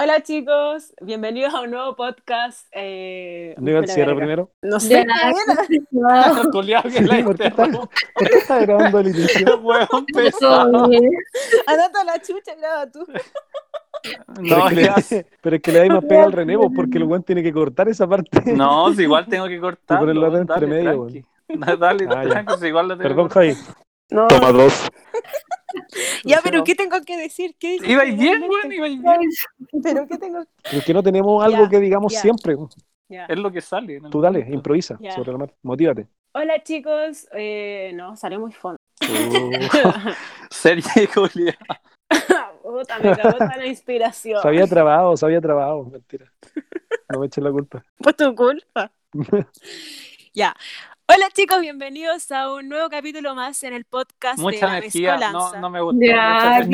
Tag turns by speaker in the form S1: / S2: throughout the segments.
S1: Hola chicos, bienvenidos a un nuevo podcast. Eh,
S2: Digo el
S1: espera,
S2: cierre
S1: verga.
S2: primero.
S1: No
S3: De
S1: sé,
S3: la- Ah,
S4: Culeado que la
S2: Sí, porque está-
S4: interrumpe,
S2: ¿Por qué está grabando el inicio?
S4: weón, pesado.
S3: Oye,
S1: anota la chucha, graba tú.
S4: No,
S2: pero,
S4: ya
S2: es que, pero es que le da más pega al Renevo porque el weón tiene que cortar esa parte.
S4: No, si igual tengo que cortar.
S2: Tú pones la otra
S4: Dale,
S2: entre medio,
S4: tranqui. Dale, dale,
S2: Ah, ya.
S4: tranqui, si igual la tengo
S2: Perdón,
S4: que
S2: Javi.
S1: No,
S2: dos.
S1: ya, pero ¿qué tengo que decir? ¿Qué
S4: cortar.
S1: dije
S4: Ibais bien,
S1: realmente?
S4: weón, ibais bien.
S1: Pero ¿qué tengo que
S2: Porque no tenemos algo
S1: Ya,
S2: que digamos
S1: ya.
S2: siempre.
S1: Ya.
S4: Es lo que sale. en el
S2: Tú dale,
S4: momento.
S2: improvisa
S1: Ya.
S2: sobre la marcha. Motívate.
S1: Hola chicos, eh, no, salió muy fondo.
S4: Serie, Julia.
S1: Puta, me cagó toda la inspiración.
S2: Se había trabado, se había trabado. Mentira. No me eches la culpa.
S1: Por tu culpa. ya. Hola chicos, bienvenidos a un nuevo capítulo más en el podcast de
S4: Mucha
S1: la
S4: energía. No,
S1: mezcolanza.
S4: no me gustó. mucha
S3: ya, qué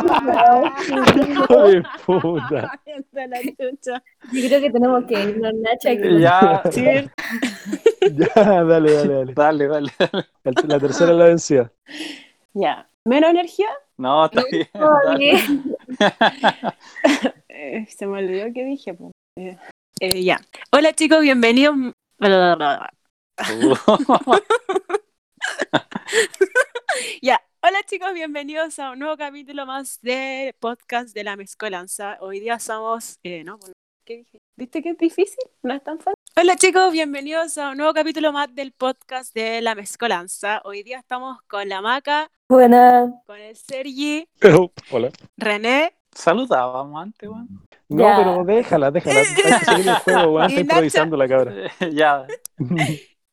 S4: energía.
S2: Hijo de puta.
S1: Anda la chucha.
S3: Yo creo que tenemos que irnos, Nacha. Que...
S4: Ya,
S2: Ya, dale, dale, dale.
S4: dale, dale.
S2: El- La tercera es la vencida.
S1: Ya. ¿Menos energía?
S4: No, está bien. dale.
S3: Oye,
S1: Eh, se me olvidó que dije. po. Eh, eh, ya. Hola chicos, bienvenidos.
S4: Uh.
S1: Ya. Hola chicos, bienvenidos a un nuevo capítulo más del podcast de la mezcolanza. Hoy día somos. eh, no, bueno, ¿qué dije? ¿Viste que es difícil? No es tan fácil. Hola chicos, bienvenidos a un nuevo capítulo más del podcast de la mezcolanza. Hoy día estamos con la Maca,
S3: Buena.
S1: con el Sergi,
S2: Hola.
S1: René
S4: Saludábamos antes, weón.
S2: No,
S3: Ya.
S2: pero déjala, déjala. Hay que seguir el juego, weón. Está
S1: Y Nacha-
S2: improvisando la cabra.
S4: Eh, Ya.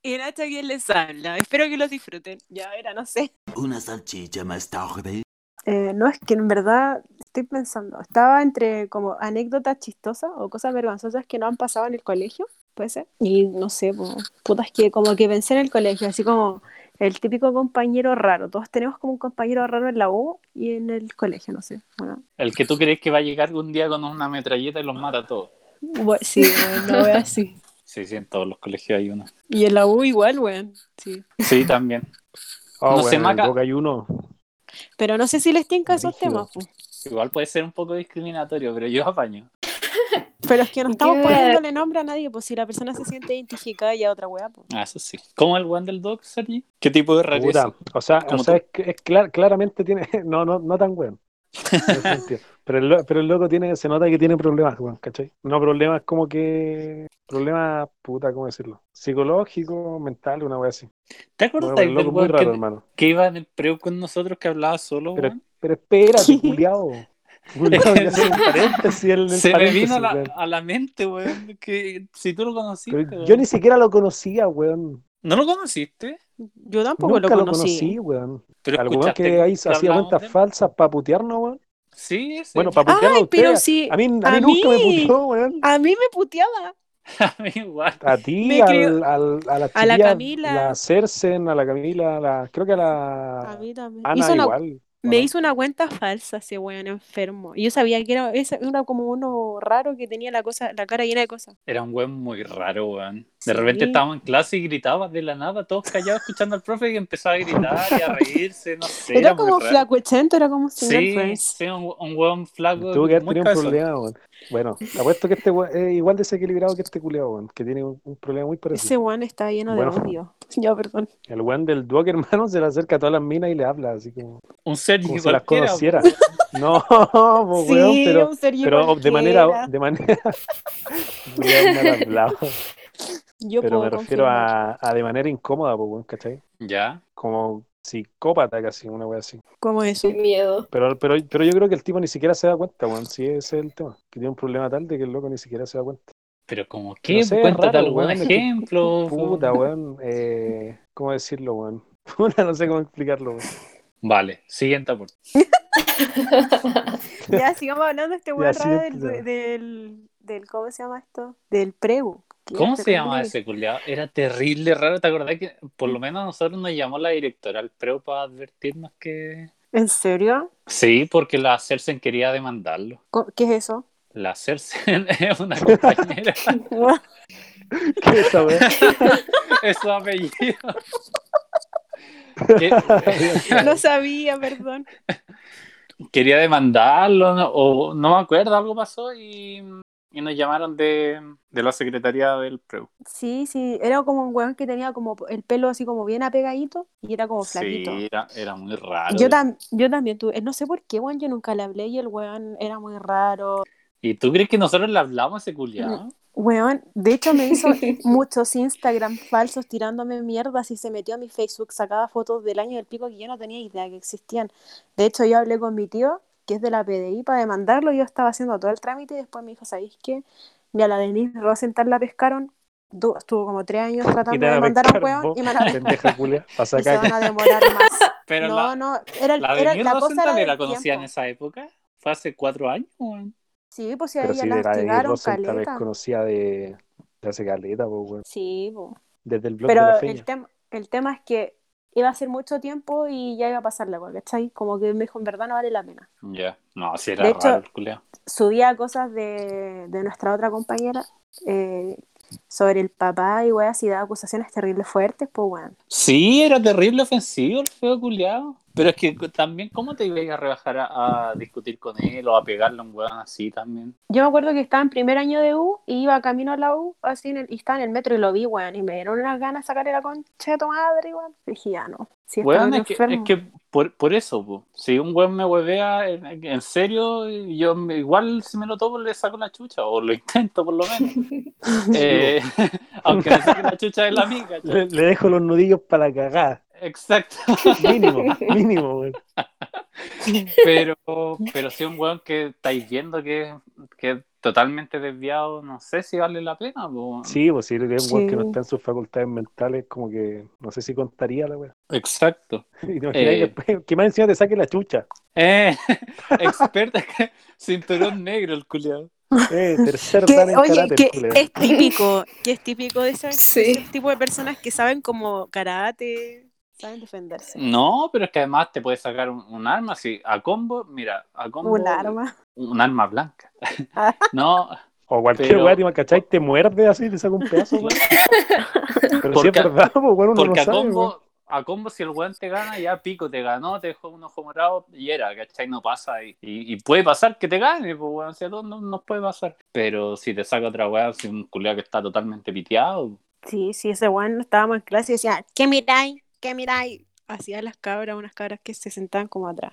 S1: y Nacho, quien les habla. Espero que los disfruten. Ya era, no sé.
S5: Una salchicha más tarde.
S1: Eh, no, es que en verdad estoy pensando, estaba entre como anécdotas chistosas o cosas vergonzosas que no han pasado en el colegio, puede ser. Y no sé, po, putas que como que pensé en el colegio, así como el típico compañero raro. Todos tenemos como un compañero raro en la U y en el colegio, no sé. Bueno,
S4: El que tú crees que va a llegar un día con una metralleta y los mata a todos.
S1: bu- sí, weón, la wea así.
S4: Sí, sí, en todos los colegios hay uno.
S1: Y en la U igual, weón. Sí.
S4: Sí, también.
S2: Oh,
S4: No
S2: bueno,
S4: se
S2: en el
S4: maca.
S2: Boca hay uno.
S1: Pero no sé si les tinca esos
S2: Brígido.
S1: temas, po.
S4: Igual puede ser un poco discriminatorio, pero yo apaño.
S1: Pero es que no estamos
S3: Qué-
S1: poniéndole nombre a nadie, pues si la persona se siente identificada ya otra wea, pues.
S4: Ah, eso sí. ¿Cómo el One del Dog, Sergi? ¿Qué tipo de rareza?
S2: Puta, o sea, o
S4: Como
S2: sea,
S4: tú.
S2: es, que- es clar- claramente tiene. No, no, no tan weón. En ese sentido. Pero el, lo- pero el loco tiene, se nota que tiene problemas, weón, ¿cachai? No problemas como que. Problemas, puta, ¿cómo decirlo? Psicológico, mental, una wea así.
S4: ¿Te
S2: Bueno,
S4: acuerdas
S2: el
S4: del
S2: loco es muy
S4: weón
S2: raro,
S4: que,
S2: hermano.
S4: que iba en el preu con nosotros que hablaba solo,
S2: Pero,
S4: weón?
S2: pero espérate,
S1: ¿Qué?
S2: culiao. Culiao, ya se paréntesis el- el
S4: Se me
S2: paréntesis,
S4: vino a la,
S2: weón.
S4: a la mente, weón, que si tú lo conociste,
S2: Pero
S4: weón.
S2: yo ni siquiera lo conocía, weón.
S4: ¿No lo conociste?
S1: Yo tampoco
S2: Nunca
S1: lo
S2: lo
S1: conocí.
S2: conocí, weón.
S4: Pero
S2: Al weón
S4: escuchaste
S2: que ahí hacía
S4: hablábamos
S2: cuentas
S4: de él.
S2: falsas para putearnos, weón.
S4: Sí, ese.
S2: Bueno, para putearlo a
S1: Ay, pero
S2: ustedes.
S1: sí.
S2: A mí, a
S1: a
S2: mí nunca me
S1: mí.
S2: puteó, weón.
S1: A mí me puteaba.
S4: A mí igual.
S2: A ti,
S1: Me
S2: al,
S1: creo-
S2: al- a la
S1: a la
S2: chiquilla,
S1: Camila.
S2: la Cercen, a la Camila, a la- creo que a la
S1: A mí también.
S2: Ah, Ana
S1: Hizo una-
S2: igual. ¿o
S1: me
S2: no?
S1: hizo una cuenta falsa ese weón enfermo. Y Yo sabía que era, ese era como uno raro que tenía la cosa, la cara llena de cosas.
S4: Era un weón muy raro, weón.
S1: Sí.
S4: De repente estábamos en clase y gritabas de la nada, todos callados escuchando al profe que empezaba a gritar y a reírse, no sé.
S1: era
S4: muy
S1: como
S4: raro.
S1: flacuchento, era como un señor
S4: Sí,
S1: Friends.
S4: sí, un, un hueón flaco.
S2: Tuvo que haber
S4: muy
S2: tenido un
S4: cabezón.
S2: problema, weón. Bueno, apuesto que este weón es igual desequilibrado que este culeado, weón, que tiene un, un problema muy
S1: Ese
S2: parecido.
S1: weón está lleno de
S2: Bueno.
S1: odio. Ya, perdón.
S2: El weón del Duoc, hermano, se le acerca a todas las minas y le habla, así como,
S4: Un Sergi
S2: como si las
S4: cualquiera.
S2: conociera. No, pues, weón,
S1: sí,
S2: pero,
S1: un Sergio
S2: pero de manera,
S1: cualquiera.
S2: de manera, Weón, mal hablado.
S1: Yo
S2: pero me
S1: puedo
S2: refiero
S1: confirmar.
S2: a, a de manera incómoda, pues, weón, ¿cachai?
S4: Ya.
S2: como psicópata casi, una wea así.
S1: ¿Cómo es eso?
S3: qué miedo.
S2: Pero, pero, pero yo creo que el tipo ni siquiera se da cuenta, weón. Si ese es el tema. Que tiene un problema tal de que el loco ni siquiera se da cuenta.
S4: Pero como que
S2: No sé, es
S4: cuéntate
S2: raro,
S4: algún
S2: weón, es que-
S4: ejemplo.
S2: Puta, weón. Eh, ¿Cómo decirlo, weón? Puta, no sé cómo explicarlo, weón.
S4: Vale, siguiente aporte.
S1: Ya, sigamos hablando de este weón
S2: Ya,
S1: raro
S2: siguiente
S1: del,
S2: tema.
S1: del, del- ¿Cómo se llama esto? Del preu. Que este
S4: ¿Cómo
S1: es
S4: se
S1: terrible.
S4: llamaba ese culiado? Era terrible raro. ¿Te acordás que por lo menos a nosotros nos llamó la directora al preo para advertirnos que.
S1: ¿En serio?
S4: Sí, porque la Cersen quería demandarlo.
S1: Co- ¿Qué es eso?
S4: La Cersen es una compañera.
S2: ¿Qué es esa weá?
S4: es su apellido. Eh, Que-
S1: No sabía, perdón.
S4: quería demandarlo, no- o no me acuerdo, algo pasó y, y nos llamaron de, de la secretaría del PREU.
S1: Sí, sí, era como un weón que tenía como el pelo así como bien apegadito y era como
S4: Sí,
S1: Oh, flaquito.
S4: era, era muy raro.
S1: Yo, tam- yo también tuve, no sé por qué, weón, yo nunca le hablé y el weón era muy raro.
S4: ¿Y tú crees que nosotros le hablamos a ese culiado?
S1: Weón, de hecho me hizo muchos Instagram falsos tirándome mierda y se metió a mi Facebook, sacaba fotos del año del pico que yo no tenía idea que existían. De hecho, yo hablé con mi tío, que es de la PDI, para demandarlo. Yo estaba haciendo todo el trámite y después me dijo, ¿sabéis qué? Ni a la Denise Rosenthal la pescaron. Du- estuvo como tres años tratando de
S2: van a
S1: mandar a un
S2: pescar,
S1: weón
S2: vos,
S1: y me la y
S2: Pendeja culia. Pasa
S1: se
S2: acá.
S1: van a demorar más.
S4: Pero
S1: no,
S4: la,
S1: no, era, el-
S4: la
S1: era-
S4: Denise
S1: la cosa era
S4: Rosenthal
S1: del
S4: la conocía en
S1: tiempo.
S4: esa época. Fue hace cuatro años. weón.
S1: Sí, pues si a
S2: Pero
S1: ella
S2: sí,
S1: la
S2: de la de
S1: castigaron
S2: Rosenthal es
S1: caleta.
S2: conocida de, de hace caleta, pues, weón.
S1: Sí, po.
S2: Desde el blog de
S1: pero
S2: la
S1: el,
S2: feña.
S1: tema el tema es que iba a ser mucho tiempo y ya iba a pasar la cosa, ¿cachai? Como que me dijo, en verdad no vale la pena.
S4: Ya, no, sí era
S1: De hecho-
S4: raro el culiado.
S1: Subía cosas de, de nuestra otra compañera eh, sobre el papá y weas y daba acusaciones terribles fuertes, pues weón.
S4: Sí, era terrible ofensivo el feo culiado. Pero es que también, ¿cómo te ibas a rebajar a, a discutir con él o a pegarle a un weón así también?
S1: Yo me acuerdo que estaba en primer año de U y iba camino a la U así en el- y estaba en el metro y lo vi, weón, y me dieron unas ganas de sacarle la concha de tu madre, weón. Y dije, ya no. Sí,
S4: Weón,
S1: estaba
S4: es que,
S1: enfermo.
S4: es que por, por eso, po. si un weón me huevea en, en serio, yo me- igual si me lo tomo le saco la chucha, o lo intento por lo menos. Eh, aunque me saque la chucha de la amiga.
S2: Le, le dejo los nudillos para la cagada.
S4: Exacto.
S2: Mínimo, mínimo, weón.
S4: Pero, pero si un weón que estáis viendo que, que es totalmente desviado, no sé si vale la pena. po.
S2: Sí, pues si es un weón que no
S1: Sí.
S2: está en sus facultades mentales, como que no sé si contaría la weón.
S4: Exacto.
S2: Y te imaginas
S4: Eh.
S2: después pues, que más encima te saque la chucha.
S4: Eh, experta, cinturón negro el culiado.
S2: Eh, tercer
S1: Que,
S2: dan en
S1: oye,
S2: karate,
S1: que
S2: el culiao.
S1: es típico, que es típico de ese,
S3: Sí.
S1: ese tipo de personas que saben como karate, saben defenderse.
S4: No, pero es que además te puede sacar un, un arma, sí, a combo, mira, a combo.
S1: Un arma. Ah.
S4: un arma blanca. no,
S2: O cualquier
S4: Pero-
S2: weón, te cachai, te muerde así, te saca un pedazo, weón. Pero sí es
S4: Porque a-
S2: verdad, pues, weón, uno no
S4: porque a
S2: sabe, weón.
S4: combo, a combo si el weón te gana, ya pico te ganó, te dejó un ojo morado y era, ¿cachai? No pasa ahí. Y, y puede pasar que te gane, pues weón, si a todos no, nos puede pasar. Pero si te saca otra weá, si un culiao que está totalmente piteado.
S1: Sí, sí, ese weón estábamos en clase y decía, ¿qué miráis? ¿Qué miráis? Hacía las cabras, unas cabras que se sentaban como atrás.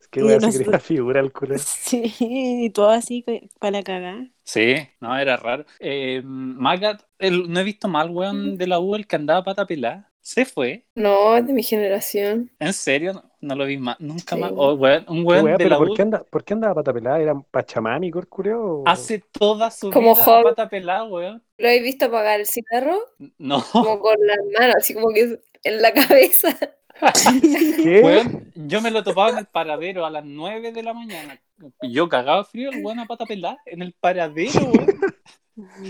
S2: Es que
S1: Y
S2: weón,
S1: no
S2: se cree
S1: sé.
S2: la figura el culiao.
S1: Sí, y todo así que- para cagar.
S4: Sí, no, era raro. Eh, Maga, el- no he visto mal weón de la U, el que andaba pata pelada. Se fue.
S3: No, es de mi generación.
S4: ¿En serio? No, no lo vi más, nunca
S3: Sí.
S4: más. Oh, weón, un
S2: Qué
S4: weón
S2: weá,
S4: de
S2: pero
S4: la
S2: ¿por
S4: U Ah,
S2: qué, anda, ¿por qué andaba pata pelada? ¿Era pachamánico el culiao?
S4: hace toda su
S3: Como
S4: vida
S3: hobby.
S4: pata pelada, weón.
S3: Lo he visto apagar el cigarro
S4: No.
S3: como con las manos, así como que en la cabeza.
S2: ¿Qué?
S4: Weón, yo me lo topaba en el paradero a las 9 de la mañana. Yo cagaba frío, el weón a pata pelada en el paradero, weón.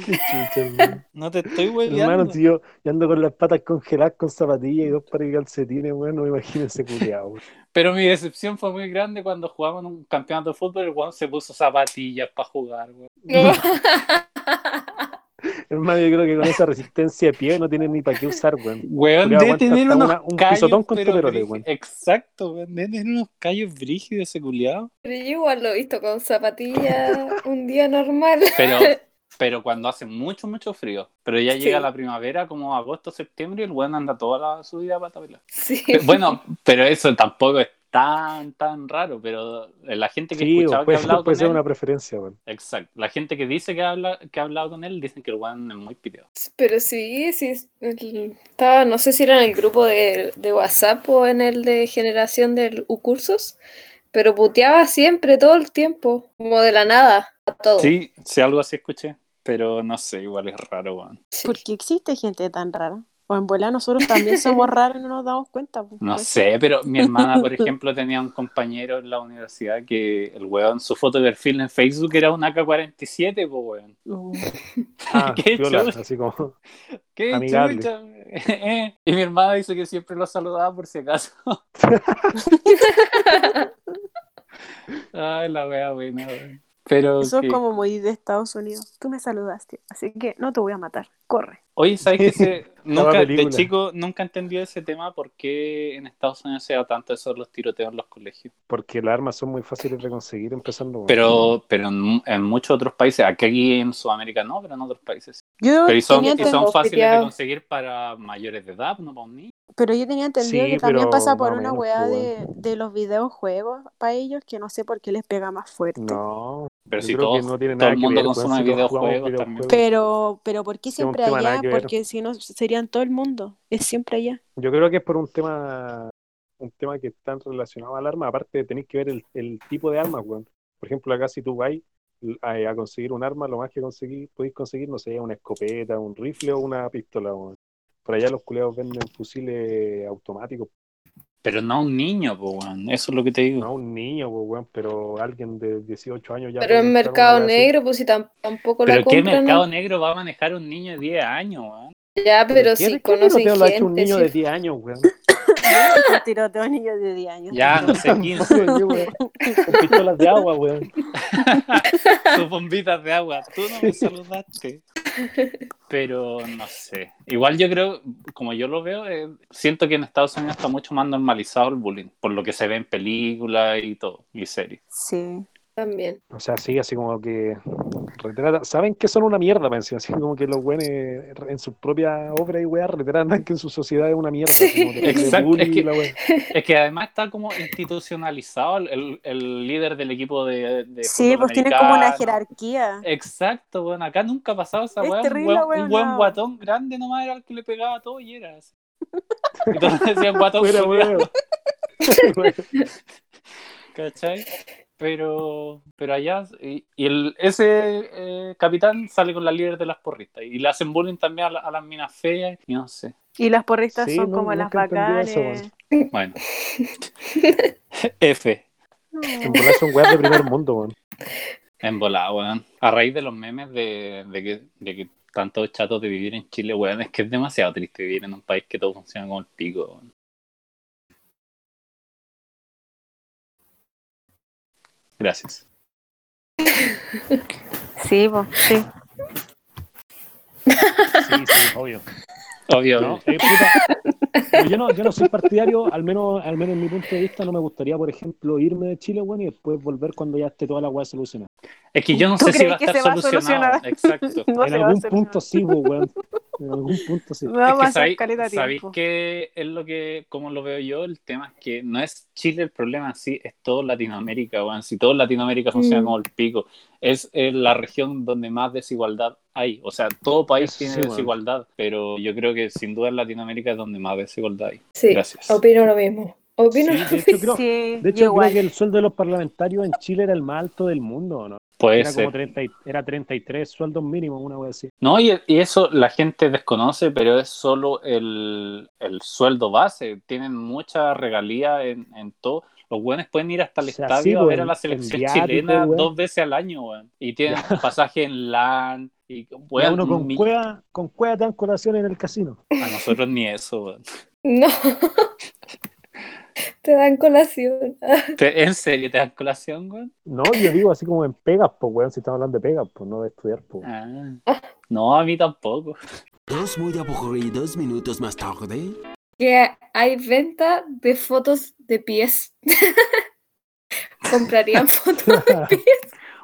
S2: Qué chucha, weón.
S4: No te estoy
S2: Hermano,
S4: hueveando.
S2: si yo, yo ando con las patas congeladas con zapatillas y dos pares de calcetines, weón, no me imagino ese culiao, weón.
S4: Pero mi decepción fue muy grande cuando jugábamos en un campeonato de fútbol. El weón se puso zapatillas para jugar, weón.
S2: Hermano, yo creo que con esa resistencia de pie no tiene ni para qué usar, weón.
S4: Weón,
S2: Culiao,
S4: debe
S2: aguanta
S4: tener
S2: hasta
S4: unos
S2: una- un
S4: callos.
S2: pisotón con
S4: pero
S2: toperoles,
S4: brígidos.
S2: weón.
S4: Exacto, weón. Debe tener unos callos brígidos ese culiado.
S3: Pero yo igual lo he visto con zapatillas un día normal.
S4: Pero, pero cuando hace mucho, mucho frío. Pero ya llega
S3: Sí.
S4: la primavera, como agosto, septiembre, y el weón anda toda la, su vida pata pelada.
S3: Sí.
S4: Pe- Bueno, pero eso tampoco es tan, tan raro, pero la gente que
S2: Sí,
S4: escuchaba
S2: weón, puede,
S4: que ha hablado
S2: puede
S4: con
S2: ser
S4: él,
S2: una preferencia, weón.
S4: exacto, la gente que dice que, habla, que ha hablado con él, dicen que el weón es muy piteo.
S3: Pero sí, sí, es- el- estaba, no sé si era en el grupo de, de WhatsApp o en el de generación del U-Cursos, pero puteaba siempre, todo el tiempo, como de la nada, a todo.
S4: Sí, sí, algo así escuché, pero no sé, igual es raro, weón.
S3: Sí.
S1: ¿Por qué existe gente tan rara? O en bola nosotros también somos raros y no nos damos cuenta. pues,
S4: No
S1: pues.
S4: sé, pero mi hermana, por ejemplo, tenía un compañero en la universidad que el weón, su foto de perfil en Facebook era un AK-47, pues weón.
S1: Uh,
S2: Ah,
S4: Qué
S2: viola,
S4: chulo.
S2: así como.
S4: ¡Qué
S2: Amigable.
S4: chucha! y mi hermana dice que siempre lo saludaba por si acaso. Ay, la wea buena, weón. Pero
S1: Eso
S4: que-
S1: es como muy de Estados Unidos. Tú me saludaste, así que no te voy a matar. Corre.
S4: Oye, ¿sabes que se- nunca, de
S2: película.
S4: chico nunca entendí ese tema por qué en Estados Unidos se da tanto eso de los tiroteos en los colegios?
S2: Porque las armas son muy fáciles de conseguir empezando. weón.
S4: Pero, pero en, en muchos otros países, aquí en Sudamérica no, pero en otros países. sí.
S1: Yo
S4: Pero y son,
S1: tenía
S4: y son
S1: enten-
S3: entendido,
S4: fáciles de
S3: pillado.
S4: conseguir para mayores de edad, no para un niño.
S1: pero yo tenía entendido
S2: Sí,
S1: que también
S2: pero
S1: pasa por
S2: más o
S1: una
S2: menos,
S1: weá
S2: pues,
S1: de, de los videojuegos para ellos que no sé por qué les pega más fuerte.
S2: No,
S4: Pero
S2: yo
S4: si
S2: creo
S4: todos-
S2: que no tiene
S4: todo
S2: nada
S4: el mundo
S2: que ver, weón,
S4: consume
S2: si todos
S4: videojuegos
S2: jugamos
S4: también.
S1: Pero, pero ¿por qué siempre
S2: tema nada
S1: allá?
S2: que ver.
S1: Porque si no serían todo el mundo. Es siempre allá.
S2: Yo creo que es por un tema un tema que está relacionado al arma. Aparte, tenéis que ver el, el tipo de arma, weón. Por ejemplo, acá si tú vas a, a conseguir un arma, lo más que conseguís, podéis conseguir, no sé, una escopeta, un rifle o una pistola, weón. Por allá los culeados venden fusiles automáticos,
S4: Pero no a un niño, po, weón. eso es lo que te digo.
S2: no un niño, pues, weón, pero alguien de 18 años ya.
S3: Pero
S2: puede comprar
S3: en
S2: una
S3: mercado
S2: weá así.
S3: negro, pues si tam- tampoco la
S4: Pero ¿qué
S3: compran.
S4: mercado negro va a manejar un niño de 10 años? weón?
S3: Ya, Ah, pero
S2: ¿Qué-
S3: si
S2: qué tiroteo
S3: conocen
S2: lo ha hecho un
S3: gente.
S2: niño
S3: sí.
S2: de 10 años, weón?
S1: Un tiroteo a niños de 10 años.
S4: Ya, no sé, 15.
S2: Con pistolas de agua, weón.
S4: tus bombitas de agua. Tú no me saludaste. Pero no sé. Igual yo creo, como yo lo veo, eh, siento que en Estados Unidos está mucho más normalizado el bullying, por lo que se ve en películas y todo, y series.
S1: Sí.
S3: También.
S2: O sea, sí, así como que retrata. Saben que son una mierda, pensé. Así como que los güeyes en su propia obra y weá retratan que en su sociedad es una mierda.
S3: Sí.
S2: así como que el
S4: Exacto,
S2: bullying
S4: es que-
S2: y la weá.
S4: Es que además está como institucionalizado el, el- el líder del equipo de... de
S1: Sí,
S4: fútbol
S1: pues tienen como una
S4: americano.
S1: jerarquía.
S4: Exacto, bueno, acá nunca ha pasado esa
S1: Es
S4: weá. Un,
S1: terrible,
S4: buen,
S1: weón,
S4: un buen
S1: no.
S4: guatón grande nomás era el que le pegaba todo y era así. Entonces decían guatón
S2: Fuera,
S4: culiao,
S2: weón.
S4: ¿cachai? Pero, pero allá, y, y el, ese eh, capitán sale con la líder de las porristas y le hacen bullying también a, la- a las minas feas y no sé.
S1: Y las porristas
S2: Sí,
S1: son
S2: no,
S1: como las
S2: nunca entendí
S1: bacanes.
S2: eso,
S4: Bueno. F,
S2: En verdad son weas de primer mundo, weón.
S4: en volada, weón. A raíz de los memes de, de que, de que están todos chatos de vivir en Chile, weón, es que es demasiado triste vivir en un país que todo funciona como el pico, weón. Gracias.
S1: Sí, pues, sí.
S2: Sí, sí, obvio.
S4: Obvio,
S2: No, eh, puta, pero Yo no, yo no soy partidario, al menos, al menos en mi punto de vista, no me gustaría, por ejemplo, irme de Chile, weón, y después volver cuando ya esté toda la weá solucionada.
S4: Es que yo no
S1: ¿Tú
S4: sé si
S1: crees
S4: va a
S1: que
S4: estar
S1: se va a
S4: solucionado. Exacto.
S1: No
S2: en
S1: se va a
S2: algún
S1: hacer
S2: punto sí, pues, weón. En algún punto sí.
S1: nada. Vamos a
S4: es que
S1: hacer
S4: sabéis,
S1: caleta de
S4: sabéis
S1: tiempo.
S4: que es lo que, como lo veo yo, el tema es que no es Chile el problema, sí, es todo Latinoamérica, weón. Si todo Latinoamérica funciona
S1: Mm.
S4: como el pico, es eh, la región donde más desigualdad hay. O sea, todo país
S2: Eso
S4: tiene
S2: sí, weón.
S4: desigualdad, pero yo creo que sin duda en Latinoamérica es donde más desigualdad hay.
S3: Sí,
S4: Gracias.
S3: opino lo mismo. Opino
S2: Sí, de hecho, creo-
S1: Sí,
S2: De hecho,
S1: yo igual.
S2: creo que el sueldo de los parlamentarios en Chile era el más alto del mundo, ¿no?
S4: Puede
S2: Era
S4: ser.
S2: como 30, y- era 33 sueldos mínimos, una vez así.
S4: No, y, y eso la gente desconoce, pero es solo el, el sueldo base. Tienen mucha regalía en, en todo. Los buenos pueden ir hasta el
S2: O sea,
S4: estadio
S2: sí,
S4: a ver
S2: weón,
S4: a la selección
S2: en viático,
S4: chilena
S2: weón.
S4: dos veces al año, weón. Y tienen pasaje en LAN. Y,
S2: Ya
S4: weón,
S2: uno con
S4: mi-
S2: cueva, con cueva dan colación en el casino.
S4: a nosotros ni eso, weón.
S3: No. Te dan colación.
S4: Te- ¿En serio te dan colación, weón?
S2: No, yo digo así como en pegas, pues, weón, si estamos hablando de pegas, pues, no de estudiar, pues.
S4: Ah. No, a mí tampoco.
S5: Dos muy aburridos minutos más tarde.
S3: Que hay venta de fotos de pies. Comprarían fotos.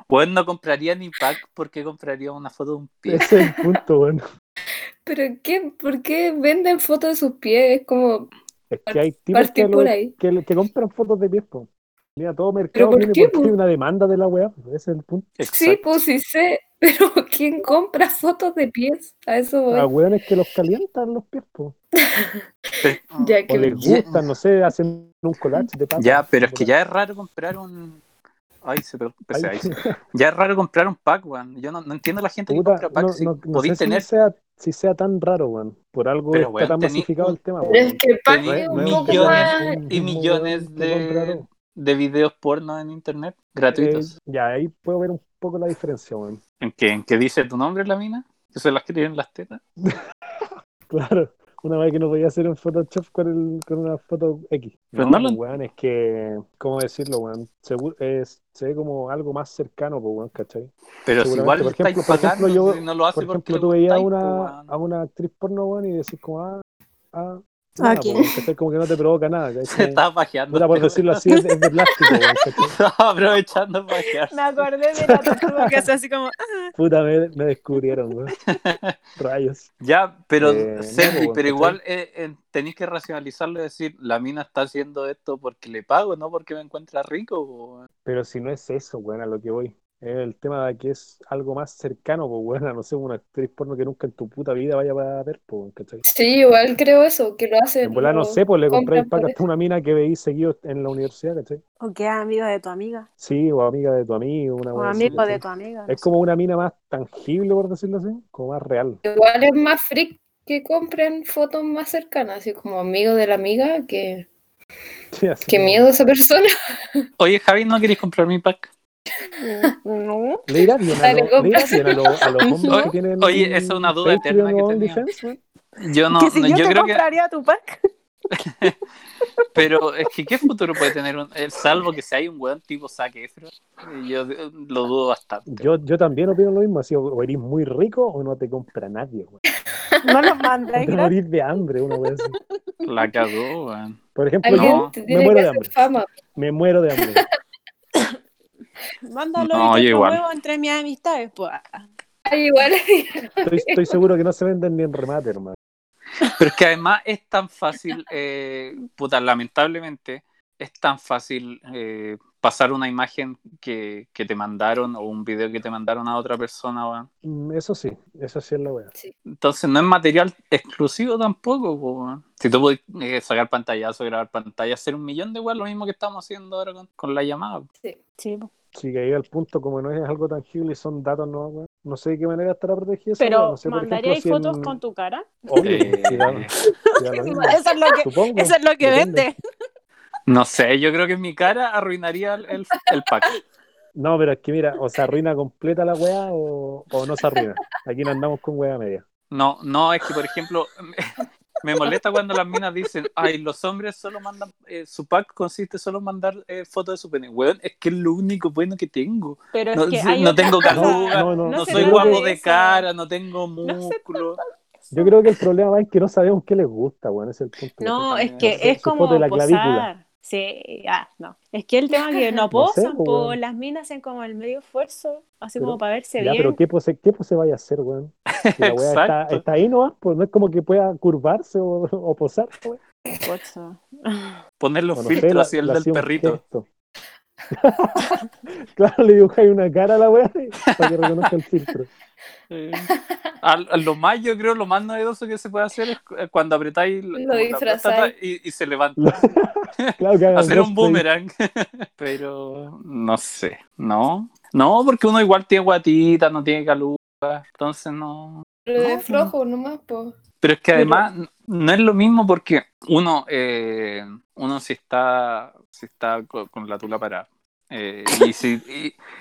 S4: Weón, no compraría ni pack porque compraría una foto de un pie.
S2: Ese es el punto, weón.
S3: ¿Pero qué? ¿Por qué venden fotos de sus pies? Es como
S2: Es que hay tipos
S3: partir
S2: que, lo-
S3: por ahí.
S2: que, que compran fotos de pies, pues. Mira, todo mercado
S3: ¿Pero por
S2: tiene
S3: qué, pues?
S2: porque
S3: po?
S2: hay una demanda de la weá. pues. Ese es el punto.
S3: Sí, pues sí sé. Pero ¿quién compra fotos de pies? A eso voy.
S2: A weones que los calientan los pies, pues.
S4: Exacto.
S3: Ya
S2: O
S3: que
S2: les gustan, no sé, hacen un collage de papas.
S4: Ya, pero es que ya es raro comprar un. Ay, se pe-
S2: Ay,
S4: pese, ahí. Ya es raro comprar un pack, weón. Yo no, no entiendo la gente
S2: Puta,
S4: que compra
S2: no,
S4: pack. si
S2: no- no
S4: podéis
S2: sé si
S4: tener.
S2: sea, si sea tan raro, weón. Por algo
S4: Pero,
S2: está tan
S4: weón, tení-
S2: masificado el tema,
S3: Pero es
S2: weón.
S3: que el pack
S4: Tenía
S3: es un
S4: millones
S3: poco más.
S4: y millones de- De videos porno en internet gratuitos.
S2: gratuitos. Eh, ya, ahí puedo ver un poco la diferencia, weón.
S4: ¿En qué? ¿En qué dice tu nombre la mina? ¿Que se las escriben las tetas?
S2: Claro. Una vez que no podía hacer en Photoshop con, el, con una foto X.
S4: Pero
S2: No,
S4: no lo-
S2: weón, es que, ¿cómo decirlo, weón? Se, bu- es- se ve como algo más cercano, pues, weón, ¿cachai?
S4: Pero si
S2: Seguramente,
S4: igual
S2: por
S4: estáis
S2: ejemplo- por ejemplo,
S4: pagando,
S2: yo-
S4: si no lo hace
S2: Por ejemplo,
S4: porque
S2: tú
S4: le
S2: veías a
S4: gustáis,
S2: una,
S4: pues,
S2: a una actriz porno, weón, y decís como, ah, ah,
S1: Ah,
S2: nada,
S1: ¿quién?
S2: pues, ¿cachai? Como que no te provoca nada,
S4: Se
S2: ¿cachai?
S4: estaba pajeando.
S2: Puta, por decirlo así, es, es de plástico, weón, ¿cachai?
S4: Estaba aprovechando para pajearse.
S1: Me acordé de la tortuga que hace así como. "Ah,
S2: Puta, me, me descubrieron, weón. Rayos.
S4: Ya, pero,
S2: Eh, no,
S4: Sergi,
S2: pues,
S4: pero
S2: ¿cachai?
S4: igual eh, eh, tenéis que racionalizarlo y decir, la mina está haciendo esto porque le pago, no porque me encuentra rico. po, weón.
S2: Pero si no es eso, weón, a lo que voy. Es el tema de que es algo más cercano, pues, weón, a no sé, una actriz porno que nunca en tu puta vida vaya a ver, pues, weón, ¿cachai?
S3: Sí, igual creo eso, que lo hacen.
S2: En volar, no
S3: lo-
S2: sé, pues le compré el
S3: compran
S2: pack
S3: por
S2: hasta una mina que veí seguido en la universidad, ¿cachai?
S1: O que es amigo de tu amiga.
S2: Sí, o amiga de tu amigo, una
S1: O
S2: weá así,
S1: amigo
S2: ¿cachai?
S1: de tu
S3: Ah,
S1: amiga. no
S2: Es como una mina más tangible, por decirlo así, como más real.
S3: Igual es más freak que compren fotos más cercanas, así como amigo de la amiga, que
S2: Sí, así
S3: qué
S2: como-
S3: miedo esa persona.
S4: Oye, Javi, ¿no queréis comprar mi pack?
S1: sé. No.
S2: Le irá bien a,
S3: Dale,
S2: los-
S3: compra.
S2: le irá bien a, los- a los hombres que tienen.
S4: Oye, esa es una duda
S2: Patreon
S4: eterna que
S2: o
S4: tenía.
S2: OnlyFans, weón.
S4: Yo no,
S1: que si
S4: no,
S1: yo,
S4: yo
S1: te
S4: creo que,
S1: compraría tu pack.
S4: pero es que ¿qué futuro puede tener un, eh, salvo que si hay un weón tipo Zac Efron? Y Yo eh, lo dudo bastante.
S2: Yo, yo también opino lo mismo, así, o- o eres muy rico o no te compra nadie, weón.
S1: No los
S2: Te
S1: mandáis gratis.
S2: morís de hambre, una weá así.
S4: La cagó, weón.
S2: Por ejemplo,
S3: Alguien
S2: yo
S4: No,
S3: te
S2: me
S3: tiene
S2: muero
S3: que
S2: de
S3: hacer
S2: hambre.
S3: fama.
S2: me muero de hambre.
S1: Mándalo
S4: No,
S1: y
S4: yo
S1: yo
S4: igual.
S1: huevo entre mis amistades. Pues. ah.
S3: Ay, igual
S2: Estoy, estoy seguro que no se venden ni en remate, hermano.
S4: Pero es que además es tan fácil, eh, puta, lamentablemente, es tan fácil eh, pasar una imagen que, que te mandaron o un video que te mandaron a otra persona, weón.
S2: Mm, Eso sí, eso sí es la weá.
S4: Entonces no es material exclusivo tampoco, po, weón. Si tú puedes eh, sacar pantallazo, grabar pantalla, hacer un millón de weas, lo mismo que estamos haciendo ahora con, con la llamada.
S1: Sí, pues. po.
S2: Sí, que ahí al punto, como no es algo tangible y son datos, no, weón. No sé de qué manera estará protegida esa weá,
S1: pero
S2: no sé, por
S1: mandaría
S2: ejemplo, si
S1: fotos
S2: en-
S1: con tu cara.
S2: Obvio, pues,
S4: Eh,
S2: sí, da- sí, da lo mismo,
S1: Eso pues, es lo que,
S2: supongo.
S1: eso es lo que
S2: depende.
S1: vende.
S4: No sé, yo creo que mi cara arruinaría el, el- el pack.
S2: No, pero es que mira, o se arruina completa la weá o, o no se arruina. Aquí no andamos con weá media.
S4: No, no, es que por ejemplo, me, me molesta cuando las minas dicen, ay, los hombres solo mandan, eh, su pack consiste solo en mandar eh, fotos de su pene. Weón, es que es lo único bueno que tengo.
S1: Pero
S4: No,
S1: es que
S4: sí,
S1: hay
S4: no
S1: otra
S4: tengo
S1: cosa.
S4: caluga,
S2: No, no,
S1: No
S4: No,
S1: se
S4: soy
S1: trata
S4: guapo
S1: de
S4: de
S1: eso.
S4: cara, no tengo
S1: se
S4: músculo.
S2: Yo creo que el problema más es que no sabemos qué les gusta, weón. ese Es el punto.
S1: No,
S4: también
S1: es que
S4: es-
S1: es
S2: su foto
S1: como
S2: de la clavícula.
S1: posar. Sí, ah, no. Es que el tema es que no posan,
S2: pues,
S1: po,
S2: weón.
S1: las minas hacen como el medio esfuerzo, así
S2: Pero-
S1: como para verse
S2: Ya,
S1: bien.
S2: pero ¿qué pose, qué pose vaya a hacer, weón? Si la weá está,
S4: Exacto.
S2: está ahí nomás, pues no es como que pueda curvarse o, o posar, pues, weón.
S1: Pozo.
S4: Poner los
S2: O no sé,
S4: filtros
S2: la-
S4: así el
S2: le
S4: del
S2: hacía un
S4: perrito.
S2: gesto. claro, le dibujáis una cara a la weá y- para que reconozca el filtro.
S4: Eh, al- a lo más, yo creo, lo más novedoso que se puede hacer es cu- eh, cuando apretáis la-
S3: Lo
S4: como la
S3: disfrazáis.
S4: plátana y, y se levanta.
S2: Claro que haga
S4: Hacer un
S2: cosplay.
S4: boomerang. Pero no sé, ¿no? No, porque uno igual tiene guatita, no tiene caluga, entonces no,
S3: lo de
S4: No,
S2: pues
S3: flojo nomás, po.
S4: Pero es que además n- no es lo mismo porque uno, eh, uno si está, si está co- con, la tula parada. eh, y, si,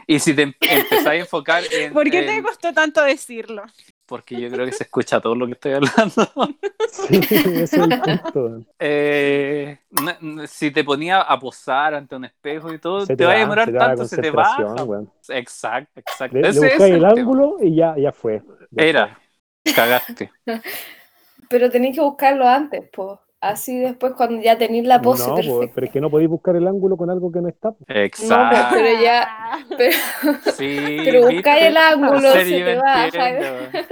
S4: y, y si te em- empezás a enfocar en...
S1: ¿Por qué
S3: Eh,
S1: te
S4: en-
S1: costó tanto decirlo?
S4: Porque yo creo que se escucha todo lo que estoy hablando.
S2: Sí, ese es el punto, weón.
S4: Eh, n- n- si te ponía a posar ante un espejo y todo,
S2: Se
S4: te, va a
S2: va,
S4: demorar
S2: se te va la
S4: tanto, se te
S2: concentración,
S4: baja.
S2: weón.
S4: Exacto, exacto.
S2: Le, le
S4: Ese es
S2: buscáis el
S4: tema.
S2: ángulo y ya, ya fue. Ya
S4: Era, cagaste.
S3: Pero tenéis que buscarlo antes, po. Así después cuando ya tenéis la pose
S2: no, po,
S3: perfecta.
S2: pero es que no podéis buscar el ángulo con algo que no está. po.
S4: Exacto.
S3: ah, Pero ya- Pero,
S4: sí,
S3: pero buscáis
S4: ¿viste?
S3: el ángulo, se
S4: Sergio
S3: te va.
S4: entiende,
S3: Jaime.
S4: weón.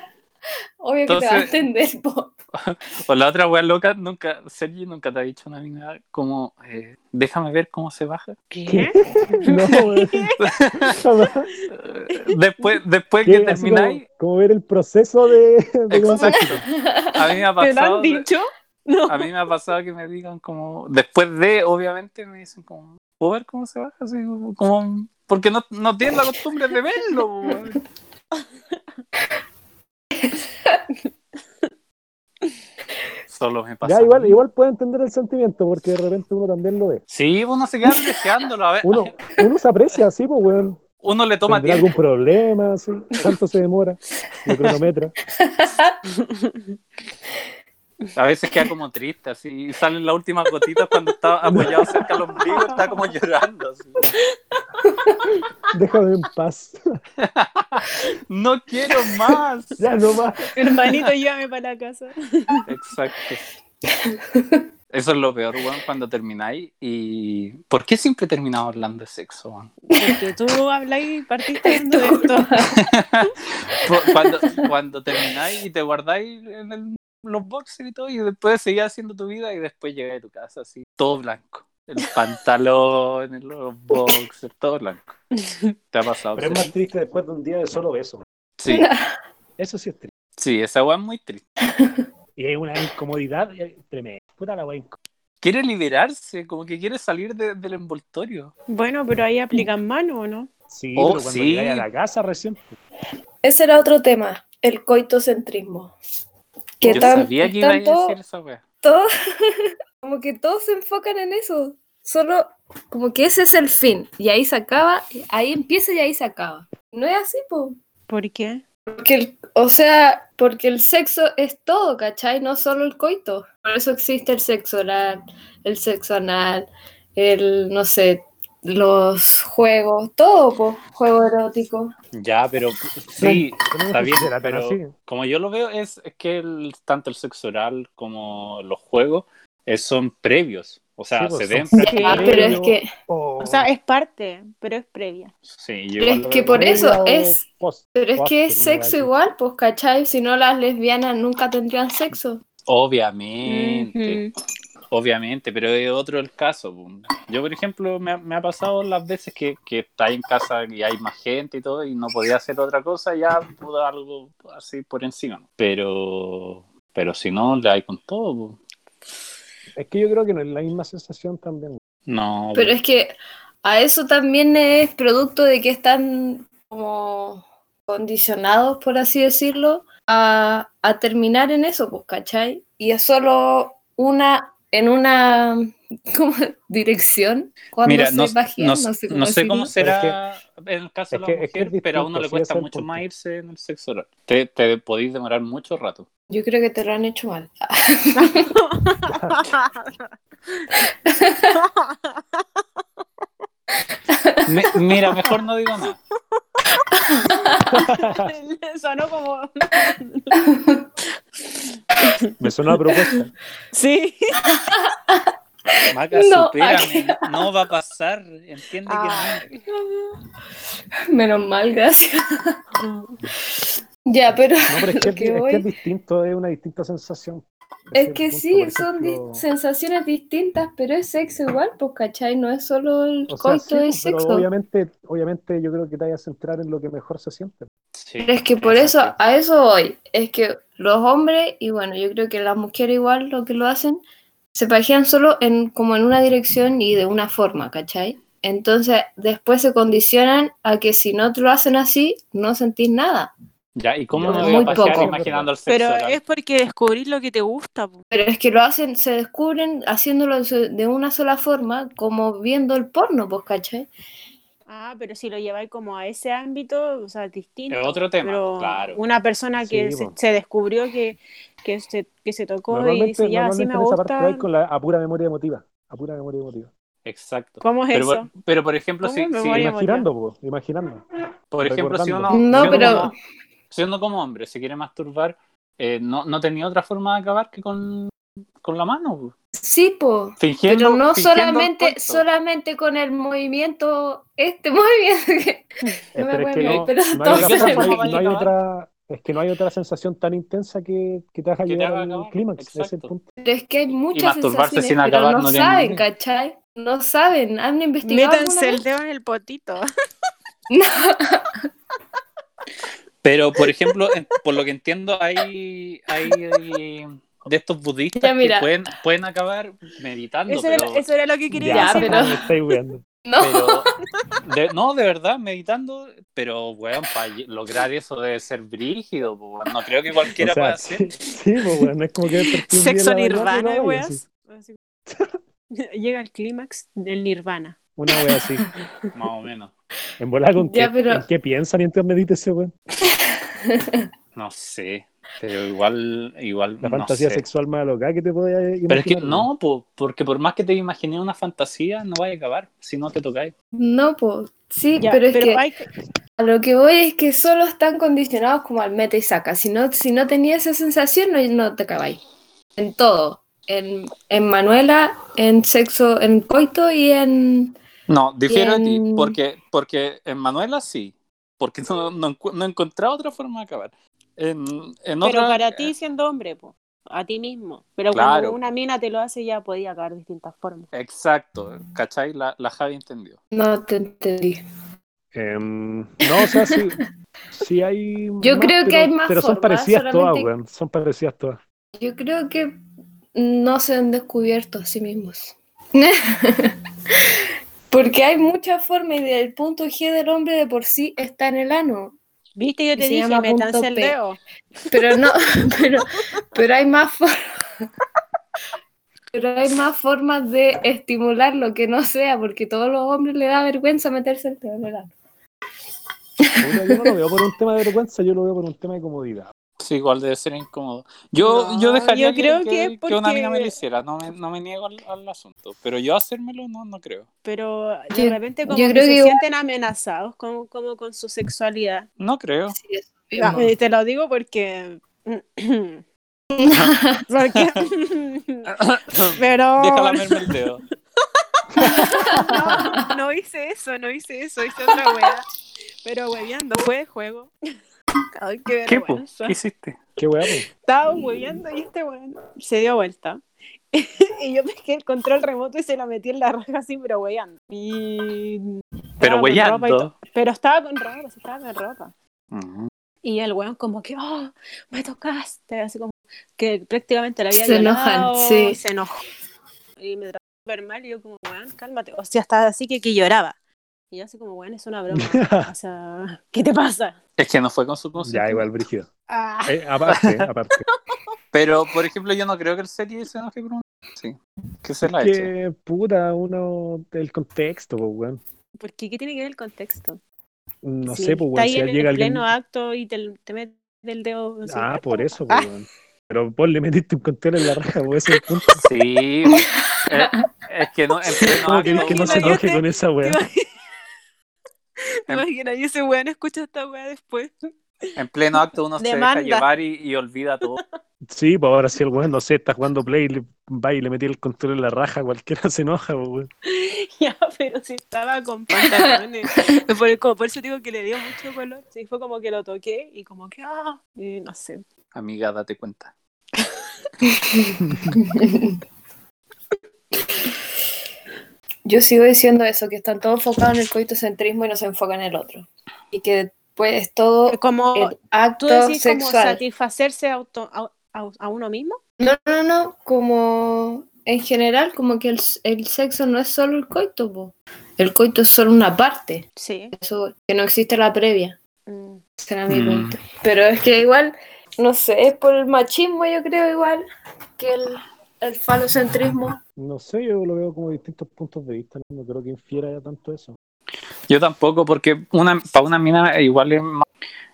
S3: Obvio que te va a
S4: Entonces-
S3: entender, po.
S4: O la otra wea loca, nunca, Sergi nunca te ha dicho una mina como, eh, déjame ver cómo se baja.
S1: ¿Qué?
S2: No, weón. Jamás.
S4: Eh, Después, después que
S2: ¿Qué? Así
S4: termináis,
S2: Como, como ver el proceso de. de cómo-
S4: exacto. A mí me ha
S1: ¿Te lo
S4: pasado,
S1: han dicho? No.
S4: a mí me ha pasado que me digan como, después de, obviamente, me dicen como, ¿puedo ver cómo se baja? Así como- como, porque no, no tienes la costumbre de verlo. weón. Solo me pasa.
S2: ya,
S4: a
S2: igual,
S4: mí.
S2: igual puede entender el sentimiento, porque de repente uno también lo ve.
S4: Sí, uno se queda deseándolo. A ver,
S2: Uno, uno se aprecia así, pues, weón.
S4: uno le toma
S2: ¿Tendrá
S4: tiempo.
S2: algún problema? Así? ¿Cuánto se demora? Lo cronometra.
S4: A veces queda como triste, así. Y salen las últimas gotitas cuando está apoyado cerca al ombligo, está como llorando. así.
S2: Déjame en paz.
S4: No quiero más.
S2: Ya no más.
S1: Hermanito, llévame para la casa.
S4: Exacto. Eso es lo peor, weón, cuando termináis. ¿Y por qué siempre terminamos hablando de sexo, weón?
S1: Porque tú hablas y partiste hablando de esto.
S4: Cu- Cuando, cuando termináis y te guardáis en el- los boxers y todo, y después seguís haciendo tu vida y después llegáis a tu casa así, todo blanco. El pantalón, el- los boxers, todo blanco. ¿Te ha pasado?
S2: Pero es
S4: sí?
S2: más triste después de un día de solo beso.
S4: Sí,
S2: Eso sí es triste.
S4: sí, esa weá es muy triste.
S2: Y hay una incomodidad eh, tremenda. Puta la wea incómoda.
S4: Quiere liberarse, como que quiere salir de- del envoltorio.
S1: Bueno, pero ahí aplican mano, ¿o no?
S2: Sí,
S4: Oh,
S2: pero cuando
S4: sí.
S2: llegáis a la casa recién. pues,
S3: Ese era otro tema, el coitocentrismo. Que
S4: Yo
S3: tan-
S4: sabía que iba a
S3: tanto-
S4: decir esa weá.
S3: todo- como que todos se enfocan en eso. Solo como que ese es el fin. Y ahí se acaba, y ahí empieza y ahí se acaba. No es así, po.
S1: ¿Por qué?
S3: Porque el- o sea, porque el sexo es todo, ¿cachai? No solo el coito. Por eso existe el sexo oral, el sexo anal, el, no sé, los juegos, todo, po. Juego erótico.
S4: Ya, pero sí, está bien,
S2: Era tan
S4: pero
S2: así.
S4: como yo lo veo es, es que el- tanto el sexo oral como los juegos eh, son previos, o sea,
S2: Sí, pues,
S4: se
S2: son
S4: ven.
S2: previos.
S3: Ah, pero es que...
S2: O,
S1: O sea, es parte, pero es previa.
S4: Sí,
S3: Pero es que por eso es-
S2: post-
S3: Pero es que es
S2: post, una wea
S3: sexo
S2: así.
S3: igual, pues, ¿cachai? Si no, las lesbianas nunca tendrían sexo.
S4: Obviamente,
S1: Ujú.
S4: obviamente, pero es otro el caso. pum. Yo, por ejemplo, me ha, me ha pasado las veces que, que estáis en casa y hay más gente y todo y no podía hacer otra cosa, ya pudo algo así por encima. Pero, pero si no, le hay con todo. pues. pum.
S2: Es que yo creo que no es la misma sensación también.
S4: No,
S3: Pero es que a eso también es producto de que están como condicionados, por así decirlo, a, a terminar en eso, pues, ¿cachai? Y es solo una, en una como dirección cuando
S4: Mira,
S3: se
S4: no,
S3: vagina,
S4: no-
S3: no sé cómo
S4: no sé
S3: decirlo.
S4: cómo será en el caso
S2: es
S4: de la
S2: que- es
S4: mujer,
S2: que es
S4: pero a uno
S2: distinto,
S4: le
S2: sí,
S4: cuesta
S2: ese es el
S4: mucho
S2: punto.
S4: más irse en el sexo oral. Te, te podéis demorar mucho rato.
S3: Yo creo que te lo han hecho mal.
S4: Me- mira, mejor no digo nada.
S1: Sonó como.
S2: Me suena a propuesta.
S1: Sí.
S4: Maca,
S3: No,
S4: supérame. No va a pasar. Entiende que
S3: Menos mal, gracias. ya, pero
S2: No, pero es que, es,
S3: Que
S2: es que
S3: voy.
S2: es distinto, es una distinta sensación. Ese
S3: Es
S2: el
S3: que
S2: punto,
S3: sí,
S2: por
S3: son di-
S2: ejemplo.
S3: sensaciones distintas, pero es sexo igual, pues, ¿cachai? No es solo el
S2: O sea,
S3: coito,
S2: sí, pues,
S3: es
S2: pero
S3: sexo.
S2: obviamente, obviamente yo creo que te vayas a centrar en lo que mejor se siente.
S4: sí.
S3: Pero es que por eso, a eso voy, es que los hombres, y bueno, yo creo que las mujeres igual lo que lo hacen, se pajean solo en, como en una dirección y de una forma, ¿cachai? Entonces, después se condicionan a que si no te lo hacen así, no sentís nada.
S4: Ya, ¿y
S2: Yo
S4: cómo me
S3: creo
S4: voy a
S3: muy
S4: pasear
S3: poco.
S4: imaginando el sexo
S1: Pero
S4: oral?
S1: es porque descubrís lo que te gusta. po.
S3: Pero es que lo hacen, se descubren haciéndolo de de una sola forma, como viendo el porno, pues, ¿cachai?
S1: Ah, pero si lo lleváis como a ese ámbito, o sea, es distinto.
S4: Es otro tema,
S1: Pero
S4: claro.
S1: una persona que
S2: Sí,
S1: se,
S2: po.
S1: se descubrió que, que, se, que se tocó y
S2: Normalmente,
S1: dice, ya, así
S2: normalmente
S1: me
S2: en esa parte
S1: gusta.
S2: vais con la a pura memoria emotiva. A pura memoria emotiva.
S4: Exacto.
S1: ¿Cómo es
S4: Pero,
S1: eso?
S4: por- pero por ejemplo,
S1: ¿Cómo
S4: si,
S1: me
S4: si-
S1: voy a-
S2: Imaginando, po, imaginando.
S4: por ejemplo, si
S2: recordando?
S4: uno,
S3: No,
S4: si uno
S3: pero-
S4: como, si uno como hombre se quiere masturbar, eh, no, no tenía otra forma de acabar que con, con la mano. pues.
S3: Sí, po.
S4: Fingiendo,
S3: Pero no
S4: fingiendo el
S3: solamente,
S4: coito.
S3: solamente con el movimiento, este movimiento. que-
S2: Eh,
S3: no
S2: pero
S3: me
S2: es
S3: acuerdo,
S2: que no,
S3: pero
S2: no hay,
S4: entonces
S2: otra,
S3: entonces
S4: forma,
S2: no
S4: va a
S2: hay- no hay
S4: acabar.
S2: otra- es que no hay otra sensación tan intensa que, que te haga
S4: Que te
S2: llegar
S4: haga
S2: al
S4: acabar,
S2: clímax. ese es el
S4: exacto.
S2: punto.
S3: Pero es que hay muchas
S4: masturbarse
S3: sensaciones,
S4: sin
S3: pero
S4: acabar
S3: no,
S4: no tiene
S3: saben,
S4: ningún-
S3: ¿cachai? No saben, han investigado alguna
S1: Métanse el
S3: vez?
S1: dedo en el potito.
S4: Pero, por ejemplo, en- por lo que entiendo, hay, hay de estos budistas
S3: Ya, mira.
S4: que pueden, pueden acabar meditando.
S1: Eso,
S4: pero,
S1: era, eso era lo que quería
S3: Ya,
S1: decir.
S3: pero-
S2: me estáis weando.
S3: No,
S4: pero- de- no, de verdad, meditando. Pero, weón, para lograr eso debe ser brígido. po, weón. No creo que cualquiera
S2: O sea,
S4: pueda
S2: sí,
S4: hacer.
S2: sí, po, weón, es como que desperté un día
S1: Sexo
S2: en la mañana y
S1: nirvana,
S2: no hay,
S1: weas.
S2: así.
S1: Así. Llega el clímax del nirvana.
S2: Una wea así.
S4: Más o menos.
S2: En volar con
S3: Ya,
S2: qué,
S3: pero-
S2: en qué piensa mientras medita ese weón.
S4: No sé. Pero igual, igual.
S2: La
S4: no
S2: fantasía
S4: sé.
S2: sexual más loca que te podías imaginar.
S4: Pero es que no, po, porque por más que te imagines una fantasía, no vas a acabar si no te tocáis.
S3: No, pues. Sí,
S1: Ya,
S3: pero es que
S1: hay-
S3: a lo que voy es que solo están condicionados como al meta y saca. Si no, si no tenías esa sensación, no, no te acabáis. En todo. En, en Manuela, en sexo, en coito y en.
S4: No, difiero de ti,
S3: Bien.
S4: porque, porque en Manuela sí, porque no, no, encu- no he encontrado otra forma de acabar. En, en
S1: pero
S4: otra-
S1: para ti siendo hombre, po, a ti mismo. Pero
S4: Claro.
S1: cuando una mina te lo hace ya podía acabar de distintas formas.
S4: Exacto, ¿cachai? La, la Javi entendió.
S3: No te entendí.
S2: Em, no, o sea, sí, sí hay.
S3: Yo creo que
S2: pero-
S3: hay más
S2: Pero son
S3: formas,
S2: parecidas todas,
S3: solamente-
S2: weón. Son parecidas todas.
S3: Yo creo que no se han descubierto a sí mismos. Porque hay muchas formas y del punto G del hombre de por sí está en el ano.
S1: Viste, yo
S3: Y
S1: te
S3: se
S1: dije,
S3: llama
S1: métanse
S3: punto
S1: el
S3: P.
S1: dedo.
S3: Pero no, pero, pero hay más formas. Pero hay más formas de estimularlo que no sea, porque a todos los hombres le da vergüenza meterse el dedo en el ano.
S2: Puta, Yo no lo veo por un tema de vergüenza, yo lo veo por un tema de comodidad.
S4: Sí, igual debe ser incómodo. Yo,
S1: No,
S4: yo dejaría
S1: yo creo que es
S4: una
S1: porque-
S4: mina me lo hiciera, no me, no me niego al, al asunto, pero yo hacérmelo no, no creo.
S1: Pero de
S3: Yo-
S1: repente
S3: yo
S1: como
S3: creo
S1: que
S3: que
S1: se
S3: igual-
S1: sienten amenazados con, como con su sexualidad.
S4: No creo.
S3: Sí, eso
S1: Ah,
S3: mismo.
S1: y te lo digo porque... porque... pero...
S4: Déjala verme el dedo.
S1: No, no hice eso, no hice eso, hice otra wea. Pero hueveando, fue de juego. Ay, qué
S4: ¿Qué, po?
S1: vergüenza.
S4: ¿Qué hiciste?
S2: Qué weá, pues.
S1: Estaba hueveando y este weón se dio vuelta. y yo pesqué el control remoto y se la metí en la raja así, pero hueveando. Y... estaba con ropa
S4: Pero
S1: y
S4: huellando.
S1: todo. Pero estaba con ropa, sí, estaba con ropa.
S4: Ujú.
S1: Y el weón como que, oh, me tocaste, así como que prácticamente la había
S3: Se
S1: violado,
S3: enojan, sí.
S1: Se enojó. Y me trató súper mal y yo como, weón, cálmate. O sea, estaba así que, que lloraba. Y yo así como, weón, es una broma. o sea, ¿qué te pasa?
S4: Es que no fue con su consentimiento.
S2: Ya, igual, brígido.
S1: Ah,
S2: Eh, aparte, aparte.
S4: Pero, por ejemplo, yo no creo que el serie se enoje por un... Sí, que se la eche.
S2: que, puta, uno. El contexto, pues, weón.
S1: ¿Por qué? ¿Qué tiene que ver el contexto?
S2: No
S1: Si
S2: sé, pues,
S1: Está
S2: weón.
S1: ahí
S2: Si
S1: en
S2: llega
S1: el
S2: alguien.
S1: pleno ah, acto y te, te metes el dedo. en su
S2: Ah,
S1: cuerpo.
S2: por eso, pues, weón. Pero vos le metiste un control en la raja, pues, ese es el punto.
S4: Sí. eh, es que no, en pleno
S1: Ah,
S2: ¿Cómo querés que no se
S4: acto-
S2: enoje con esa weá?
S1: ¿Te imaginas? Y ese weón escucha esta weá después.
S4: en pleno acto uno se deja
S1: Demanda.
S4: llevar y, y olvida todo.
S2: Sí, pues ahora sí el weón, no sé, está jugando play, le, va y le metí el control en la raja, cualquiera se enoja, pues, weón.
S1: Ya, pero si estaba con pantalones. por, como por eso digo que le dio mucho color. Sí, fue como que lo toqué y como que, ah, y no sé.
S4: Amiga, date cuenta.
S3: Yo sigo diciendo eso, que están todos enfocados en el coitocentrismo y no se enfocan en el otro. Y que pues es todo
S1: Como,
S3: el
S1: tú
S3: acto
S1: decís como
S3: sexual.
S1: satisfacerse auto, a, a- a uno mismo.
S3: No, no, no, como en general, como que el, s- el sexo no es solo el coito, po. el coito es solo una parte,
S1: Sí.
S3: eso que no existe la previa,
S1: Mm.
S3: ese era mi
S4: Mm.
S3: punto. Pero es que igual, no sé, es por el machismo yo creo igual que el, el falocentrismo.
S2: No sé, yo lo veo como distintos puntos de vista, no, No creo que infiera tanto eso.
S4: Yo tampoco, porque una, para una mina igual es más-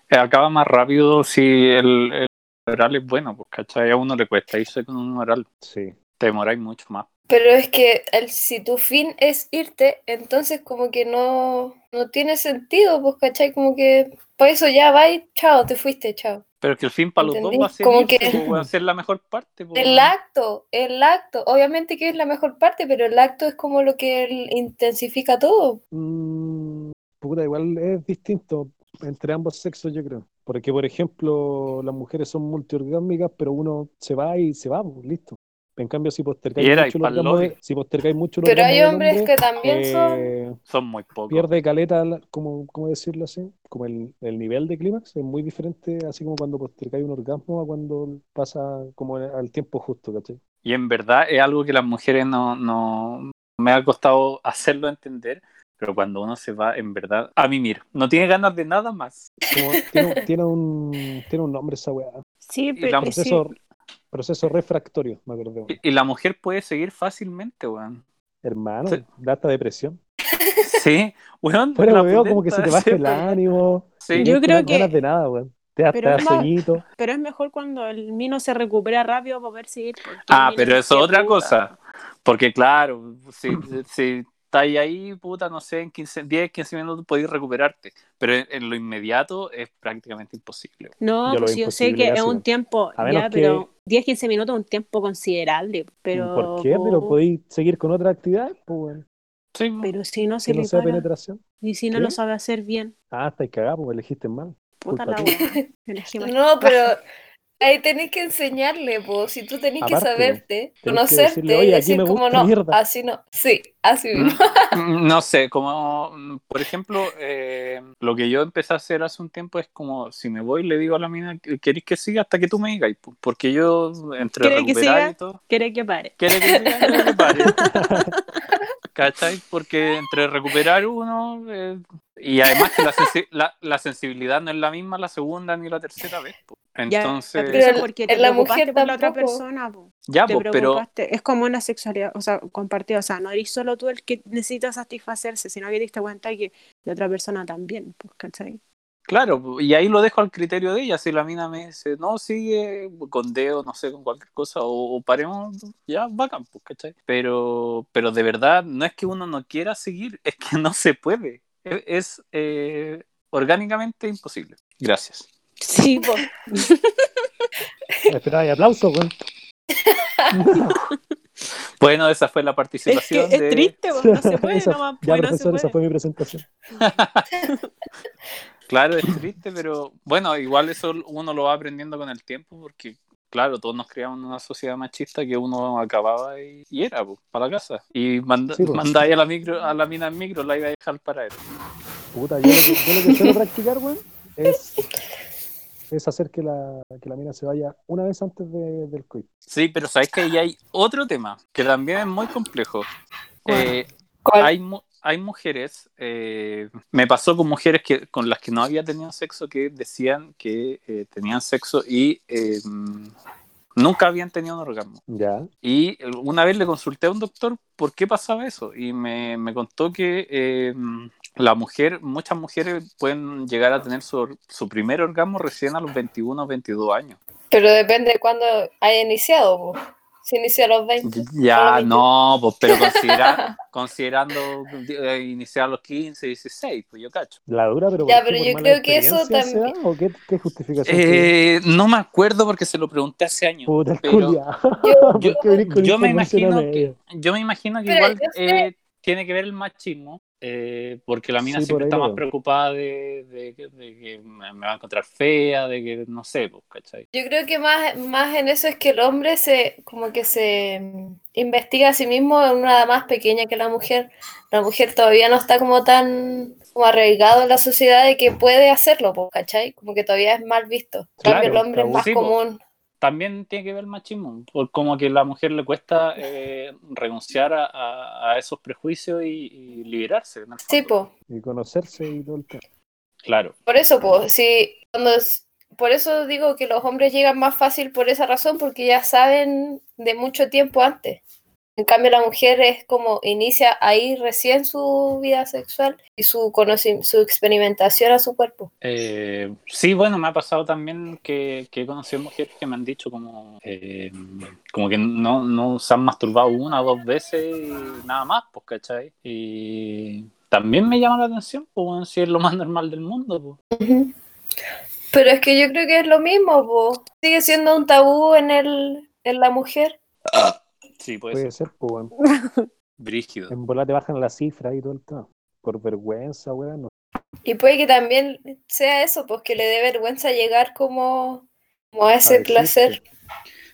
S4: eh, acaba más rápido si el, el oral es bueno, pues, ¿cachai? A uno le cuesta irse con un oral,
S2: Sí.
S4: te demoráis mucho más.
S3: Pero es que el, si tu fin es irte, entonces como que no, no tiene sentido, pues, ¿cachai? Como que, por eso ya, bye, chao, te fuiste, chao.
S4: Pero es que el fin para los dos
S3: ¿Entendí?
S4: va a ser,
S3: Como
S4: irse,
S3: que-
S4: pues, va a ser la mejor parte. pues.
S3: El acto, el acto. Obviamente que es la mejor parte, pero el acto es como lo que el- intensifica todo.
S2: Mm, puta, igual es distinto entre ambos sexos, yo creo. Porque, por ejemplo, las mujeres son multiorgásmicas, pero uno se va y se va, pues, listo. En cambio, si postergáis
S4: Y era
S2: mucho
S4: y
S2: el
S4: pa'l
S2: orgasmo de-
S4: lobby.
S2: si postergáis mucho el
S3: Pero
S2: orgasmo
S3: hay
S2: del
S3: hombres
S2: hombre,
S3: que también son...
S2: eh,
S4: Son muy pocos.
S2: pierde caleta, la- como, como decirlo así, como el, el nivel de clímax es muy diferente, así como cuando postergáis un orgasmo a cuando pasa como al tiempo justo, ¿cachai?
S4: Y en verdad es algo que las mujeres no, no me ha costado hacerlo entender, pero cuando uno se va en verdad a mimir, no tiene ganas de nada más.
S2: Como tiene, tiene un, tiene un nombre esa weá,
S1: Sí,
S4: Y la
S1: pero sí.
S2: proceso, proceso refractorio, me acordé. weón.
S4: Y, y la mujer puede seguir fácilmente, weón.
S2: Hermano,
S4: Sí.
S2: data depresión.
S4: Sí, weón.
S2: Fuera
S4: la
S2: weón, como que
S4: pulenta,
S2: se te baja
S4: sí,
S2: el ánimo,
S4: Sí,
S1: Yo
S2: no te
S1: creo
S2: dan
S1: que-
S2: ganas de nada, weón. Te da, te
S1: Pero
S2: da
S1: es más-
S2: sueñito.
S1: Pero es mejor cuando el mino se recupera rápido para poder seguir. porque
S4: Ah,
S1: el mino
S4: pero eso
S1: que
S4: es otra
S1: puta.
S4: cosa. Porque claro, si, si estáis ahí, puta, no sé, en 15, 10, 15 minutos podéis recuperarte. Pero en, en lo inmediato es prácticamente imposible.
S1: No,
S2: Yo lo
S1: pues
S2: veo
S1: yo sé
S2: imposible
S1: que es
S2: casi,
S1: un
S2: ¿no?
S1: tiempo,
S2: A menos
S1: ya, pero 10, 15 minutos es un tiempo considerable. Pero,
S2: ¿Por qué? Pero podéis seguir con otra actividad, pues, weón.
S4: Sí,
S1: pero si no se
S2: Que no
S1: le
S2: sea
S1: para,
S2: penetración.
S1: y si no
S2: ¿Qué?
S1: lo sabe hacer bien,
S2: Ah, estáis cagados, porque elegiste mal.
S1: puta
S2: Culpa
S1: la weá. Elegí mal.
S3: No, pero ahí tenés que enseñarle, po. Si tú tenés
S2: Aparte,
S3: que saberte,
S2: que
S3: conocerte,
S2: decirle, "Oye,
S3: y
S2: aquí
S3: decir
S2: me gusta
S3: como no,
S2: mierda".
S3: así no. Sí, así mismo.
S4: Mm, No sé, como mm, por ejemplo, eh, lo que yo empecé a hacer hace un tiempo es como si me voy le digo a la mina, ¿queréis que siga hasta que tú me digas? Pu- Porque yo entre
S1: ¿Quiere que
S4: recuperar
S1: siga?
S4: y todo,
S1: Quiere que pare.
S4: ¿quiere que siga? Quiere que pare. ¿Cachai? Porque entre recuperar uno eh, y además que la, sensi- la- la sensibilidad no es la misma la segunda ni la tercera vez. pu.
S1: Ya,
S4: Entonces,
S1: pero eso
S3: Pero
S1: porque
S3: en
S1: te
S3: la
S1: preocupaste
S3: mujer
S1: por la otra
S3: tampoco.
S1: persona, po.
S4: ya,
S1: te
S4: pues, pero
S1: preocupaste. Es como una sexualidad, o sea, compartida. O sea, no eres solo tú el que necesita satisfacerse, sino que te diste cuenta que la otra persona también, pues, ¿cachai?
S4: Claro, pu, y ahí lo dejo al criterio de ella. Si la mina me dice, no, sigue con dedo, no sé, con cualquier cosa, o, o paremos, ya bacán, pues, ¿cachai? Pero, pero de verdad, no es que uno no quiera seguir, es que no se puede. E- Es, eh, orgánicamente imposible. Gracias.
S1: Sí, po.
S2: Esperaba y aplauso, weón.
S4: Bueno, esa fue la
S1: es que
S4: participación de.
S1: es triste, po, no se puede
S2: Esa-
S1: nomás,
S2: Ya,
S1: pues, no se
S2: profesor, esa
S1: puede.
S2: fue mi presentación.
S4: Claro, es triste, pero bueno, igual eso uno lo va aprendiendo con el tiempo, porque claro, todos nos criamos en una sociedad machista que uno acababa y, y era, para la casa. Y manda,
S2: Sí, pues.
S4: mandáis a la micro, a la mina en micro, la iba a dejar para él.
S2: Puta, yo, lo que- yo lo que suelo practicar, weón, es, es hacer que la, que la mina se vaya una vez antes de- del coito.
S4: Sí, pero sabéis que ahí hay otro tema que también es muy complejo.
S1: ¿Cuál?
S4: Eh,
S3: ¿Cuál?
S4: hay, mu- hay mujeres, eh, me pasó con mujeres que, con las que no había tenido sexo que decían que eh, tenían sexo y eh, nunca habían tenido un orgasmo.
S2: Ya.
S4: Y una vez le consulté a un doctor por qué pasaba eso y me, me contó que eh, la mujer, muchas mujeres pueden llegar a tener su, su primer orgasmo recién a los 21 o 22 años.
S3: Pero depende de cuándo haya iniciado, po. Si inició a los 20.
S4: Ya,
S3: solamente.
S4: no, pues, pero considera- considerando eh, iniciar a los 15, 16, pues yo cacho.
S2: La dura, pero.
S3: Ya,
S2: ¿por qué?
S3: pero
S2: ¿Por
S3: yo
S2: mala
S3: creo que eso
S2: experiencia se da?
S3: también-
S2: ¿O qué, qué justificación? tiene?
S4: Eh, no me acuerdo porque se lo pregunté hace años.
S2: Puta, el
S4: pero-
S2: culiao. ¿Por
S4: yo-
S2: qué venís con
S4: yo me
S2: información
S4: imagino
S2: a
S4: que-
S2: media?
S4: Yo me imagino que
S3: Pero
S4: igual
S3: yo sé-
S4: eh, tiene que ver el machismo, eh, porque la mina
S2: Sí, por
S4: siempre
S2: ahí
S4: está
S2: lo
S4: más
S2: veo.
S4: preocupada de, de que- de que me me va a encontrar fea, de que no sé, pues, ¿cachai?
S3: Yo creo que más, más en eso es que el hombre se como que se mm, investiga a sí mismo en una edad más pequeña que la mujer. La mujer todavía no está como tan como arraigado en la sociedad de que puede hacerlo, po, ¿cachai? Como que todavía es mal visto. En cambio, el
S4: Claro,
S3: hombre es más
S4: sí, po.
S3: común.
S4: También tiene que ver el machismo, por como que a la mujer le cuesta eh, renunciar a, a- a esos prejuicios y, y liberarse. ¿no?
S3: Sí, po.
S2: Y conocerse y todo el tema.
S4: Claro.
S3: Por eso, po, sí, cuando es- por eso digo que los hombres llegan más fácil por esa razón, porque ya saben de mucho tiempo antes. En cambio, la mujer es como inicia ahí recién su vida sexual y su, conoci- su experimentación a su cuerpo.
S4: Eh, sí, bueno, me ha pasado también que, que he conocido mujeres que me han dicho como, eh, como que no, no se han masturbado una o dos veces y nada más, pues, ¿cachai? Y también me llama la atención, pues, bueno, si es lo más normal del mundo, pues.
S3: Pero es que yo creo que es lo mismo, po. sigue siendo un tabú en, el, en la mujer.
S4: Sí, puede
S2: Puede ser,
S4: ser.
S2: pues, em, weón.
S4: Brígido.
S2: En bola te bajan la cifra y todo el tema. Por vergüenza, weón. no.
S3: Y puede que también sea eso, pues que le dé vergüenza llegar como, como a
S4: Ah,
S3: ese
S2: decirte.
S3: placer.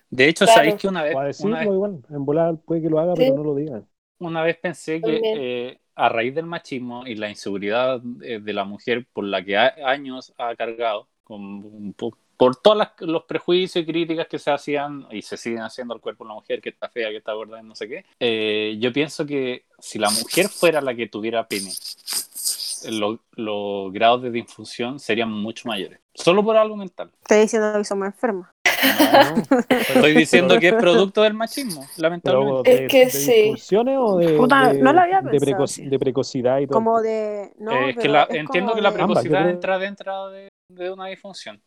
S4: De hecho,
S3: Claro.
S4: sabéis que una vez,
S2: O a
S4: una
S2: pues. decirlo
S4: vez,
S2: igual. En bola puede que lo haga,
S3: Sí.
S2: pero no lo digan.
S4: una vez pensé que
S3: También.
S4: eh, a raíz del machismo y la inseguridad eh, de la mujer por la que a- años ha cargado, con- por, por todos las- los prejuicios y críticas que se hacían y se siguen haciendo al cuerpo de la mujer, que está fea, que está gorda, no sé qué, eh, yo pienso que si la mujer fuera la que tuviera pene, lo- los grados de disfunción serían mucho mayores. Solo por algo mental.
S1: Estoy diciendo que somos enfermos.
S2: Ah, No,
S4: Estoy diciendo que es producto del machismo,
S2: pero
S4: lamentablemente.
S2: de,
S3: Es que
S2: de
S3: sí.
S2: disfunciones o de,
S1: Puta,
S2: de-
S1: no lo había
S2: de,
S1: pensado
S2: preco-
S1: así.
S2: de precocidad y todo.
S1: Como de. No,
S4: Eh, es que
S1: pero
S4: la-
S1: es
S4: entiendo
S1: como
S4: que la
S1: de-
S2: Ambas, yo
S4: precocidad
S2: creo-
S4: entra dentro de, de una disfunción.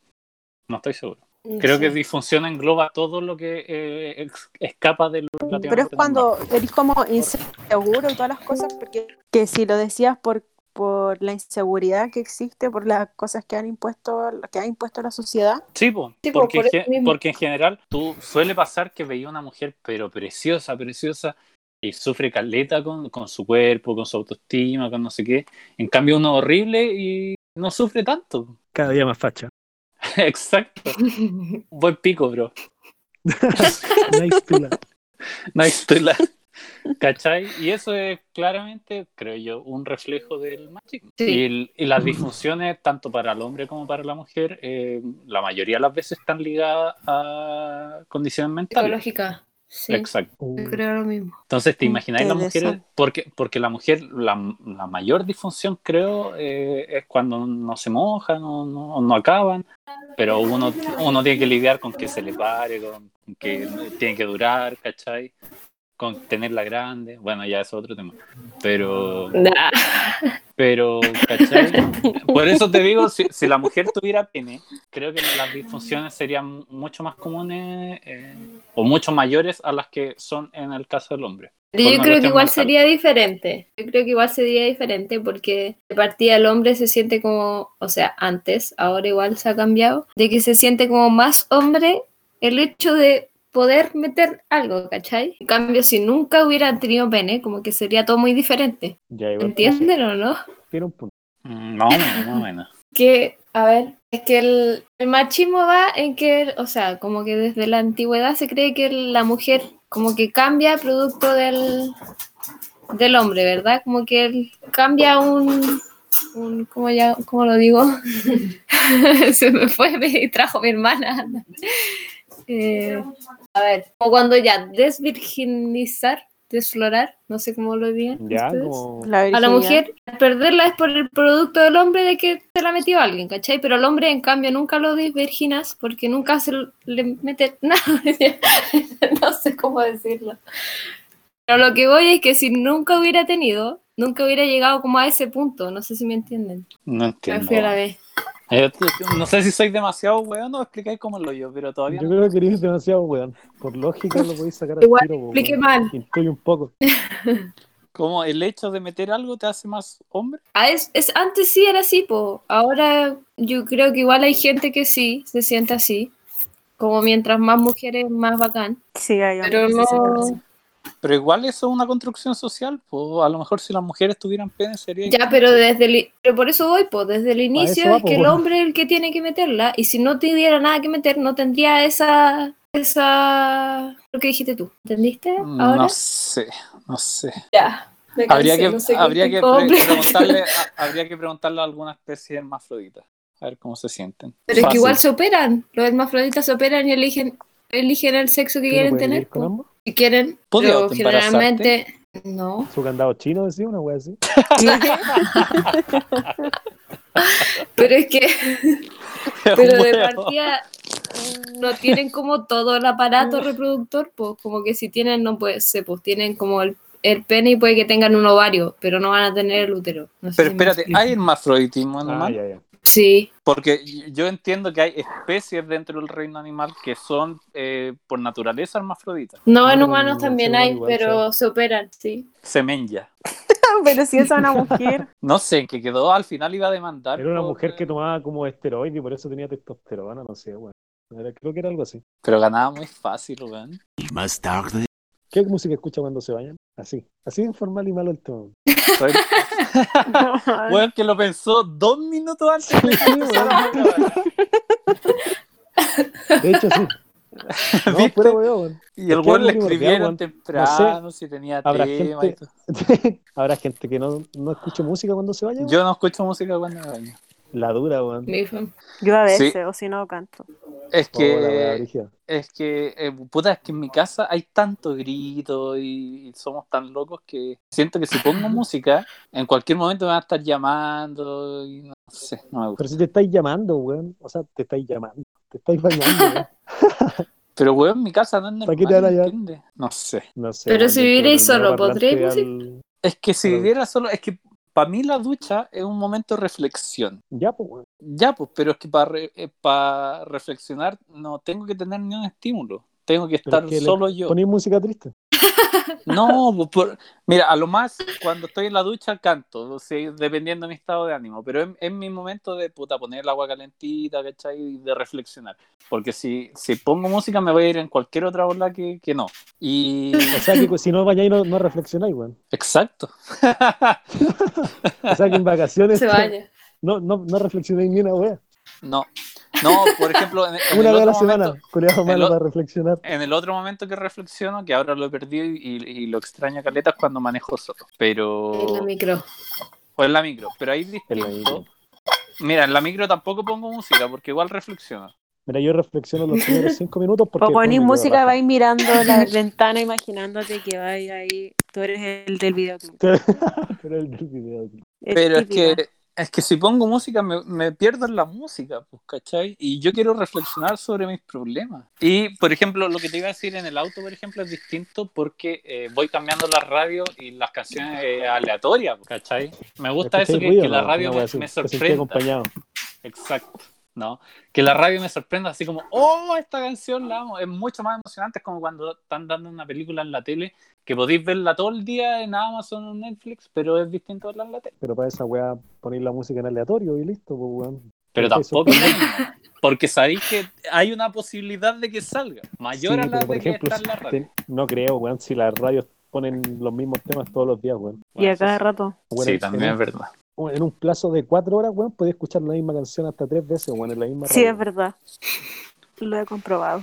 S4: No estoy seguro.
S3: No
S4: Creo
S3: sé.
S4: que disfunción engloba todo lo que eh, ex- escapa de lo relativamente
S1: Pero es
S4: normal.
S1: cuando eres como inseguro y todas las cosas, porque que si lo decías por, por la inseguridad que existe, por las cosas que han impuesto, que ha impuesto la sociedad,
S4: Sí, po,
S3: Sí, po,
S4: porque,
S3: por
S4: en
S3: eso
S4: gen-
S3: mismo.
S4: porque en general tú suele pasar que veía una mujer pero preciosa, preciosa y sufre caleta con, con su cuerpo, con su autoestima, con no sé qué. En cambio uno horrible y no sufre tanto.
S2: Cada día más facha.
S4: Exacto. Buen pico, bro.
S2: Nice pila.
S4: Nice to la- ¿Cachai? Y eso es claramente, creo yo, un reflejo del machismo.
S3: Sí.
S4: Y, el- y las disfunciones, tanto para el hombre como para la mujer, eh, la mayoría de las veces están ligadas a condiciones mentales.
S3: Psicológica. Sí,
S4: Exacto.
S3: yo creo lo mismo.
S4: Entonces, ¿te imagináis las mujeres?
S1: Interesante.
S4: Porque, porque la mujer, la, la mayor disfunción, creo, eh, es cuando no se mojan o no, o no acaban. Pero uno, uno tiene que lidiar con que se le pare, con que tiene que durar, ¿cachai? Con tenerla grande. Bueno, ya es otro tema. Pero,
S3: Nah.
S4: pero ¿cachai? Por eso te digo, si, si la mujer tuviera pene, creo que las disfunciones serían mucho más comunes eh, o mucho mayores a las que son en el caso del hombre.
S3: Yo
S4: una
S3: creo que
S4: cuestión
S3: igual
S4: mental.
S3: sería diferente. Yo creo que igual sería diferente porque de partida el hombre se siente como, o sea, antes, ahora igual se ha cambiado, de que se siente como más hombre el hecho de poder meter algo, ¿cachai? En cambio, si nunca hubieran tenido pene, como que sería todo muy diferente.
S2: Ya, igual.
S3: ¿Entienden o no?
S2: Tiene un punto.
S4: Mm, Más o menos, más o menos.
S3: que, a ver, es que el, el machismo va en que, o sea, como que desde la antigüedad se cree que la mujer como que cambia producto del, del hombre, ¿verdad? Como que él cambia un, un ¿cómo, ya, ¿cómo lo digo? se me fue, me trajo mi hermana. Eh, a ver, como cuando ya desvirginizar, desflorar, no sé cómo lo digan.
S2: Ya,
S3: ustedes
S2: como.
S1: la
S3: a la
S1: virginidad-
S3: mujer al perderla es por el producto del hombre de que se la metió alguien, ¿cachai? Pero el hombre, en cambio, nunca lo desvirginas porque nunca se le mete nada. no sé cómo decirlo. Pero lo que voy es que si nunca hubiera tenido, nunca hubiera llegado como a ese punto. No sé si me entienden.
S4: No
S3: Me
S4: entiendo.
S3: fui a la vez.
S4: Eh, no sé si soy demasiado weón o explicáis cómo lo yo, pero todavía
S2: Yo
S4: no.
S2: creo que eres demasiado weón. Por lógica lo podéis sacar al
S3: Igual
S2: tiro, po,
S3: Expliqué
S2: weón.
S3: mal.
S2: Intuye un poco.
S4: Como el hecho de meter algo te hace más hombre.
S3: Ah, es, es- antes sí era así, po. Ahora yo creo que igual hay gente que sí se siente así. Como mientras más mujeres, más bacán.
S1: Sí, hay
S3: Pero
S1: hombres que se sienten
S3: no.
S1: así.
S4: Pero igual eso es una construcción social. Pues a lo mejor si las mujeres tuvieran pene sería.
S3: Ya, pero desde el, i- pero por eso voy, pues desde el inicio
S2: va,
S3: es
S2: po,
S3: que el
S2: bueno.
S3: hombre es el que tiene que meterla y si no tuviera nada que meter no tendría esa esa lo que dijiste tú, ¿entendiste? Ahora
S4: Mm, No sé, no sé.
S3: ya. me cansé,
S4: Habría que,
S3: no sé qué
S4: habría, que
S3: tipo de
S4: pre-
S3: hombre.
S4: preguntarle, a- habría que preguntarle a alguna especie de hermafrodita. A ver cómo se sienten.
S3: Pero es que
S4: Fácil.
S3: igual se operan, los hermafroditas se operan y eligen eligen el sexo
S2: ¿Tú
S3: que
S2: no
S3: quieren
S2: puedes
S3: tener,
S2: vivir con
S3: po.
S2: ambos?
S3: si quieren,
S4: ¿Podría
S3: pero
S4: autoembarazarte?
S3: generalmente no.
S2: Su candado chino, decía una wea así.
S3: Pero es que Pero de partida no tienen como todo el aparato reproductor, pues como que si tienen, no puede ser, pues tienen como el, el pene y puede que tengan un ovario, pero no van a tener el útero. No sé
S4: Pero
S3: si me
S4: espérate,
S3: explico.
S4: ¿hay hermafroditismo
S2: Ah,
S4: animal?
S2: ya, ya.
S3: Sí,
S4: Porque yo entiendo que hay especies dentro del reino animal que son eh, por naturaleza hermafroditas.
S3: no en
S2: Mm,
S3: humanos también
S2: sí,
S3: hay,
S2: igual,
S3: pero se operan, sí.
S4: Semenya.
S1: Pero si es una mujer,
S4: No sé, que quedó al final iba a demandar.
S2: Era una
S4: por-
S2: mujer que tomaba como esteroide y por eso tenía testosterona, no sé, weón. Era- Creo que era algo así.
S4: Pero ganaba muy fácil, weón.
S5: Más tarde.
S2: ¿Qué música escucha cuando se bañan? Así. Así de informal y malo el tono.
S4: Soy- Weón que lo pensó dos minutos antes. de que empezara, weón.
S2: De hecho, sí. No,
S4: ¿Viste?
S2: fuera weón.
S4: Y
S2: Es que
S4: el weón le
S2: algo primordial,
S4: escribieron
S2: weón.
S4: temprano, si tenía
S2: Habrá
S4: tema
S2: gente-
S4: y todo.
S2: Habrá gente que no, no escucha música cuando se baña. weón.
S4: Yo no escucho música cuando me baño.
S2: La dura, weón.
S3: Mi fa-
S1: yo a veces,
S4: Sí.
S1: o si no, canto.
S4: Es
S2: Oh, la weá
S4: que,
S2: brígida.
S4: es que, eh, puta, es que en mi casa hay tanto grito y, y somos tan locos que siento que si pongo música, en cualquier momento me van a estar llamando y no sé, no me gusta.
S2: Pero si te estáis llamando, weón. O sea, te estáis llamando. Te estáis bañando, weón.
S4: Pero, weón, mi casa no es normal,
S2: ¿Para qué te van a llevar?
S4: ¿entiendes? No sé.
S2: No sé.
S3: Pero
S2: weón,
S3: si
S2: yo creo
S3: vivierais
S2: que el
S3: solo,
S2: parlante
S3: ¿podríais
S2: al-
S4: Es que si
S2: Claro.
S4: viviera solo, es que para mí la ducha es un momento de reflexión.
S2: Ya, pues, weón.
S4: Ya, pues, pero es que para reflexionar no tengo que tener ningún estímulo. Tengo que
S2: Pero
S4: estar
S2: es que le
S4: solo yo.
S2: Ponéis música triste.
S4: No, pues, por- mira, a lo más cuando estoy en la ducha canto, o sea, dependiendo de mi estado de ánimo, pero es, es mi momento de puta, poner el agua calentita, ¿cachai? Y de reflexionar. Porque si, si pongo música me voy a ir en cualquier otra ola que, que no. Y
S2: O sea que si no vayáis, no, no reflexionáis, weón.
S4: exacto.
S2: O sea que en vacaciones
S3: Se baña.
S2: no, no, no reflexionáis ni una weá.
S4: No, no, por ejemplo, en, en
S2: Una
S4: el
S2: vez a
S4: otro
S2: la
S4: momento,
S2: semana, culiado
S4: el
S2: malo
S4: o-
S2: para reflexionar.
S4: en el otro momento que reflexiono, que ahora lo he perdido y, y lo extraño a caleta es cuando manejo solo. Pero.
S3: En la micro.
S4: O en la micro, pero ahí
S2: En la
S4: distinto. Mira, en la micro tampoco pongo música porque igual reflexiono.
S2: Mira, yo reflexiono los primeros cinco minutos porque.
S1: O ponís
S2: después me quedo
S1: Pues música,
S2: raja.
S1: vais mirando la ventana, imaginándote que vais ahí. Tú eres el del videoclip.
S2: Pero el del video.
S1: Es
S4: pero es
S1: típica.
S4: que, es que si pongo música me, me pierdo en la música, pues, ¿cachai? Y yo quiero reflexionar sobre mis problemas. Y, por ejemplo, lo que te iba a decir en el auto, por ejemplo, es distinto porque eh, voy cambiando la radio y las canciones eh, aleatorias, pues, ¿cachai? Me gusta eso
S2: ¿Escucháis
S4: que,
S2: ruido,
S4: que la
S2: no?
S4: radio
S2: Una
S4: me,
S2: wea así.
S4: me
S2: sentí
S4: sorprenda.
S2: acompañado.
S4: Exacto, ¿no? Que la radio me sorprenda así como, oh, esta canción la amo. Es mucho más emocionante, es como cuando están dando una película en la tele, que podéis verla todo el día en Amazon o en Netflix, pero es distinto verla en la tele.
S2: Pero para esa weá, poner la música en aleatorio y listo, pues weón.
S4: Pero
S2: Sí, sí,
S4: tampoco es lo mismo, porque sabéis que hay una posibilidad de que salga,
S2: Sí,
S4: mayor a la
S2: pero,
S4: de que está en la
S2: si-
S4: radio.
S2: te- no creo, weón, si las radios ponen los mismos temas todos los días, weón.
S1: Y a
S4: Bueno,
S1: cada
S4: sí,
S1: rato.
S2: Weón,
S4: sí,
S2: en-
S4: también es verdad.
S2: En un plazo de cuatro horas, weón, podés escuchar la misma canción hasta tres veces, weón, en la misma
S1: Sí,
S2: radio.
S1: es verdad. Lo he comprobado.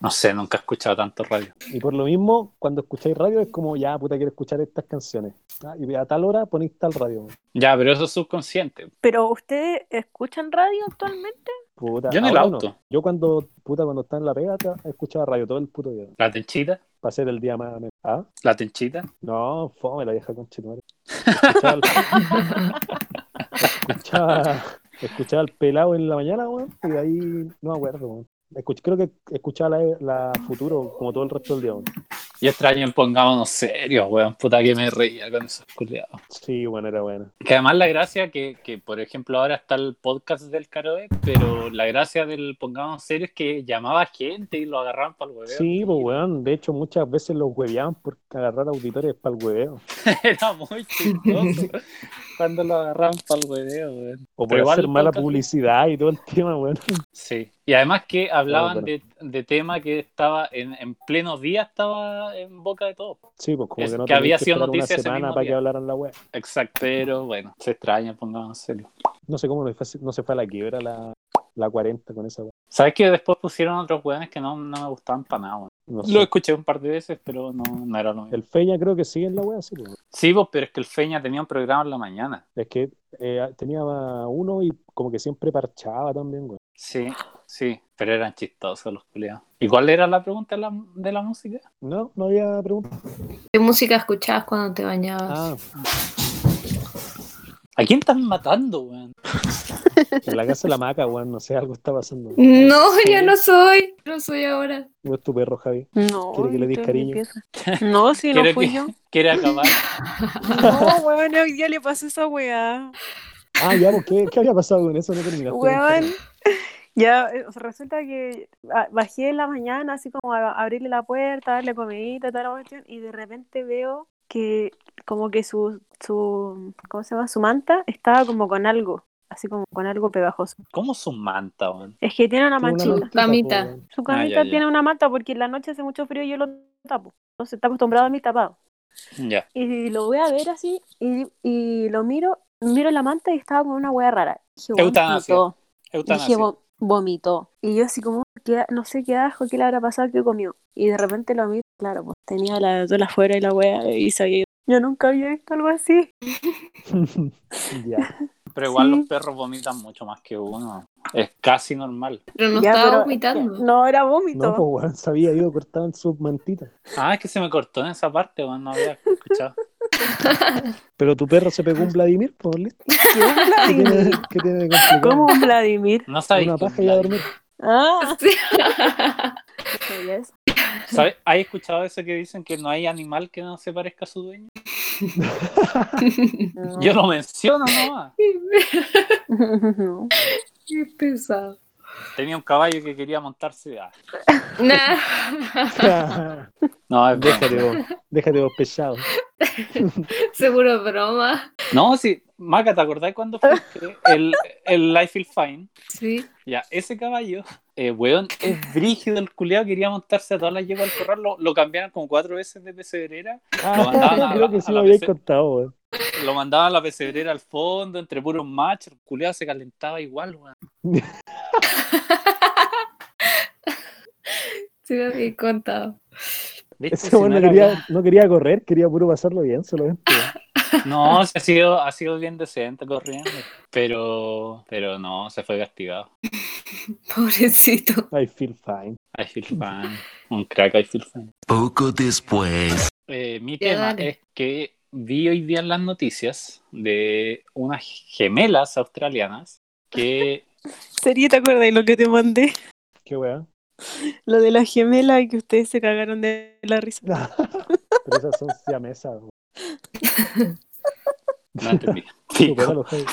S4: No sé, nunca he escuchado tanto radio.
S2: Y por lo mismo, cuando escucháis radio es como, ya, puta, quiero escuchar estas canciones. Ah, Y a tal hora ponéis tal radio.
S4: Ya, pero eso es subconsciente.
S1: ¿Pero ustedes escuchan radio actualmente?
S2: Puta,
S4: Yo en el
S2: ahora no.
S4: auto.
S2: Yo cuando, puta, cuando estaba en la pega, ta- escuchaba radio todo el puto día.
S4: La tenchita,
S2: Para hacer el día más... ¿Ah?
S4: la tenchita.
S2: No, fome la vieja conchetumare. Escuchaba, al- escuchaba, escuchaba al pelado en la mañana, weón, y de ahí no me acuerdo, weón. Escuch- creo que escuchaba la, la futuro como todo el resto del día, weón.
S4: Yo extraño el pongámonos serios, weón. Puta que me reía con esos culiados.
S2: Sí, bueno, era buena.
S4: Que además la gracia que, que, por ejemplo, ahora está el podcast del Caroe, pero la gracia del Pongamos Serio es que llamaba gente y lo agarraban para el hueveo.
S2: Sí, pues weón, de hecho muchas veces los hueveaban por agarrar auditores para el hueveo.
S4: Era muy chistoso cuando lo agarraban para el hueveo, weón.
S2: O por
S4: Pero igual
S2: hacer
S4: el
S2: mala
S4: podcast-
S2: publicidad y todo el tema, weón.
S4: Sí. Y además que hablaban
S2: Claro,
S4: De, de tema que estaba en, en pleno día, estaba en boca de todos.
S2: Sí, pues como
S4: Es
S2: que no
S4: que había
S2: tenías que
S4: sido
S2: esperar una
S4: noticia ese
S2: semana
S4: mismo
S2: para que
S4: día.
S2: hablaran la web.
S4: Exacto, pero bueno, se extraña el Pongamos Serio.
S2: No sé cómo no fue, no se fue a la quiebra la, la 40 con esa web.
S4: ¿Sabes que después pusieron otros weones que no, no me gustaban para nada, weón?
S2: No
S4: Lo
S2: sé.
S4: escuché un par de veces, pero no, no era lo mismo.
S2: El Feña creo que sigue en la web, sí, pues.
S4: Sí, vos, pero es que el Feña tenía un programa en la mañana.
S2: Es que eh, tenía uno y como que siempre parchaba también, güey.
S4: Sí, sí, pero eran chistosos los culiados. ¿Y cuál era la pregunta de la, de la música?
S2: No, no había pregunta.
S3: ¿Qué música escuchabas cuando te bañabas?
S2: Ah,
S4: ¿A quién están matando, weón?
S2: Ah, en la casa de la maca, güey, no sé, algo está pasando.
S3: No, yo no soy. No soy ahora.
S2: No es tu perro, Javi.
S1: No.
S2: ¿Quiere que le
S1: yo
S2: des
S1: estoy en
S2: cariño?
S1: mi pieza. No, si no
S4: Quiere
S1: fui
S4: que-
S1: yo.
S4: Quiere acabar.
S1: No, weón, hoy día le pasó esa weá.
S2: Ah, ya, pues, ¿qué, qué había pasado con eso? No terminaste.
S1: Weón. Ya, eh, o sea, resulta que ah, bajé en la mañana, así como a a abrirle la puerta, darle comidita, toda la cuestión, y de repente veo que como que su, su ¿cómo se llama? Su manta estaba como con algo, así como con algo pegajoso.
S4: ¿Cómo su manta, weón?
S1: Es que tiene una
S2: Tiene
S1: manchita.
S2: mantita, pues,
S3: Camita.
S2: güey.
S1: Su
S4: Ah,
S1: camita
S4: ya, ya.
S1: tiene una manta porque en la noche hace mucho frío y yo lo tapo. Entonces está acostumbrado a mi tapado.
S4: Ya.
S1: Y lo voy a ver así y, y lo miro, miro la manta y estaba con una hueá rara. Dije, "Weón,
S4: Eutanasia.
S1: vomitó".
S4: Eutanasia.
S1: Dije, "Vom- vomitó. Y yo así como, "Qué a- no sé qué asco, qué le habrá pasado, qué comió. Y de repente lo miro, claro, pues tenía la duela afuera y la hueá y se había ido. Yo nunca había visto algo así.
S2: ya.
S4: Pero igual
S1: sí.
S4: los perros vomitan mucho más que uno. Es casi normal.
S3: Pero no
S1: Ya, pero-
S3: estaba vomitando.
S1: No, era
S2: Mm. No, pues,
S1: vómito.
S2: güey, se había ido cortado en sus mantitas.
S4: Ah, es que se me cortó en esa parte, weón. No había escuchado.
S2: Pero tu perro se pegó un Vladimir, pues, listo. ¿Qué tiene,
S1: Vladimir.
S2: qué tiene de complicado?
S1: ¿Cómo un Vladimir?
S4: No sabéis.
S2: Una
S4: que-
S2: paja y a dormir.
S1: Ah,
S3: Sí.
S1: ¿Qué sabía eso?
S4: ¿Sabes? ¿Has escuchado eso que dicen que no hay animal que no se parezca a su dueño? Yo lo menciono nomás.
S1: No.
S3: Qué pesado.
S4: Tenía un caballo que quería montarse. Ah,
S3: Nah.
S4: No, es broma.
S2: déjate vos, déjate vos pesado.
S3: Seguro broma.
S4: No, sí. Maca, ¿te acordás cuando fuiste el, el Life is Fine?
S3: Sí.
S4: Ya, ese caballo, eh, weón, es brígido el culeado, quería montarse a todas las yeguas al corral, lo, lo cambiaron como cuatro veces de pesebrera, Lo mandaban a
S2: creo
S4: la-
S2: que sí
S4: a
S2: lo
S4: la
S2: habéis
S4: PC.
S2: contado, weón.
S4: lo mandaban a la pesebrera al fondo, entre puros machos, el culeado se calentaba igual, weón.
S3: Sí me había contado.
S4: ¿Viste?
S2: Ese
S4: Si
S2: weón no,
S4: no era
S2: quería, no quería correr, quería puro pasarlo bien, solamente. weón.
S4: No, se ha sido, ha sido bien decente corriendo. Pero, pero no, se fue castigado.
S3: Pobrecito.
S2: I feel fine.
S4: I feel fine. Un crack, I feel fine.
S5: Poco después.
S4: Eh, mi
S3: Ya,
S4: tema
S3: dale.
S4: es que vi hoy día en las noticias de unas gemelas australianas que
S1: Sería, ¿te acuerdas de lo que te mandé?
S2: Qué weón.
S1: Lo de la gemela y que ustedes se cagaron de la risa.
S2: Pero esas son siamesas, weón.
S4: no entendí.
S2: Qué bueno los hay.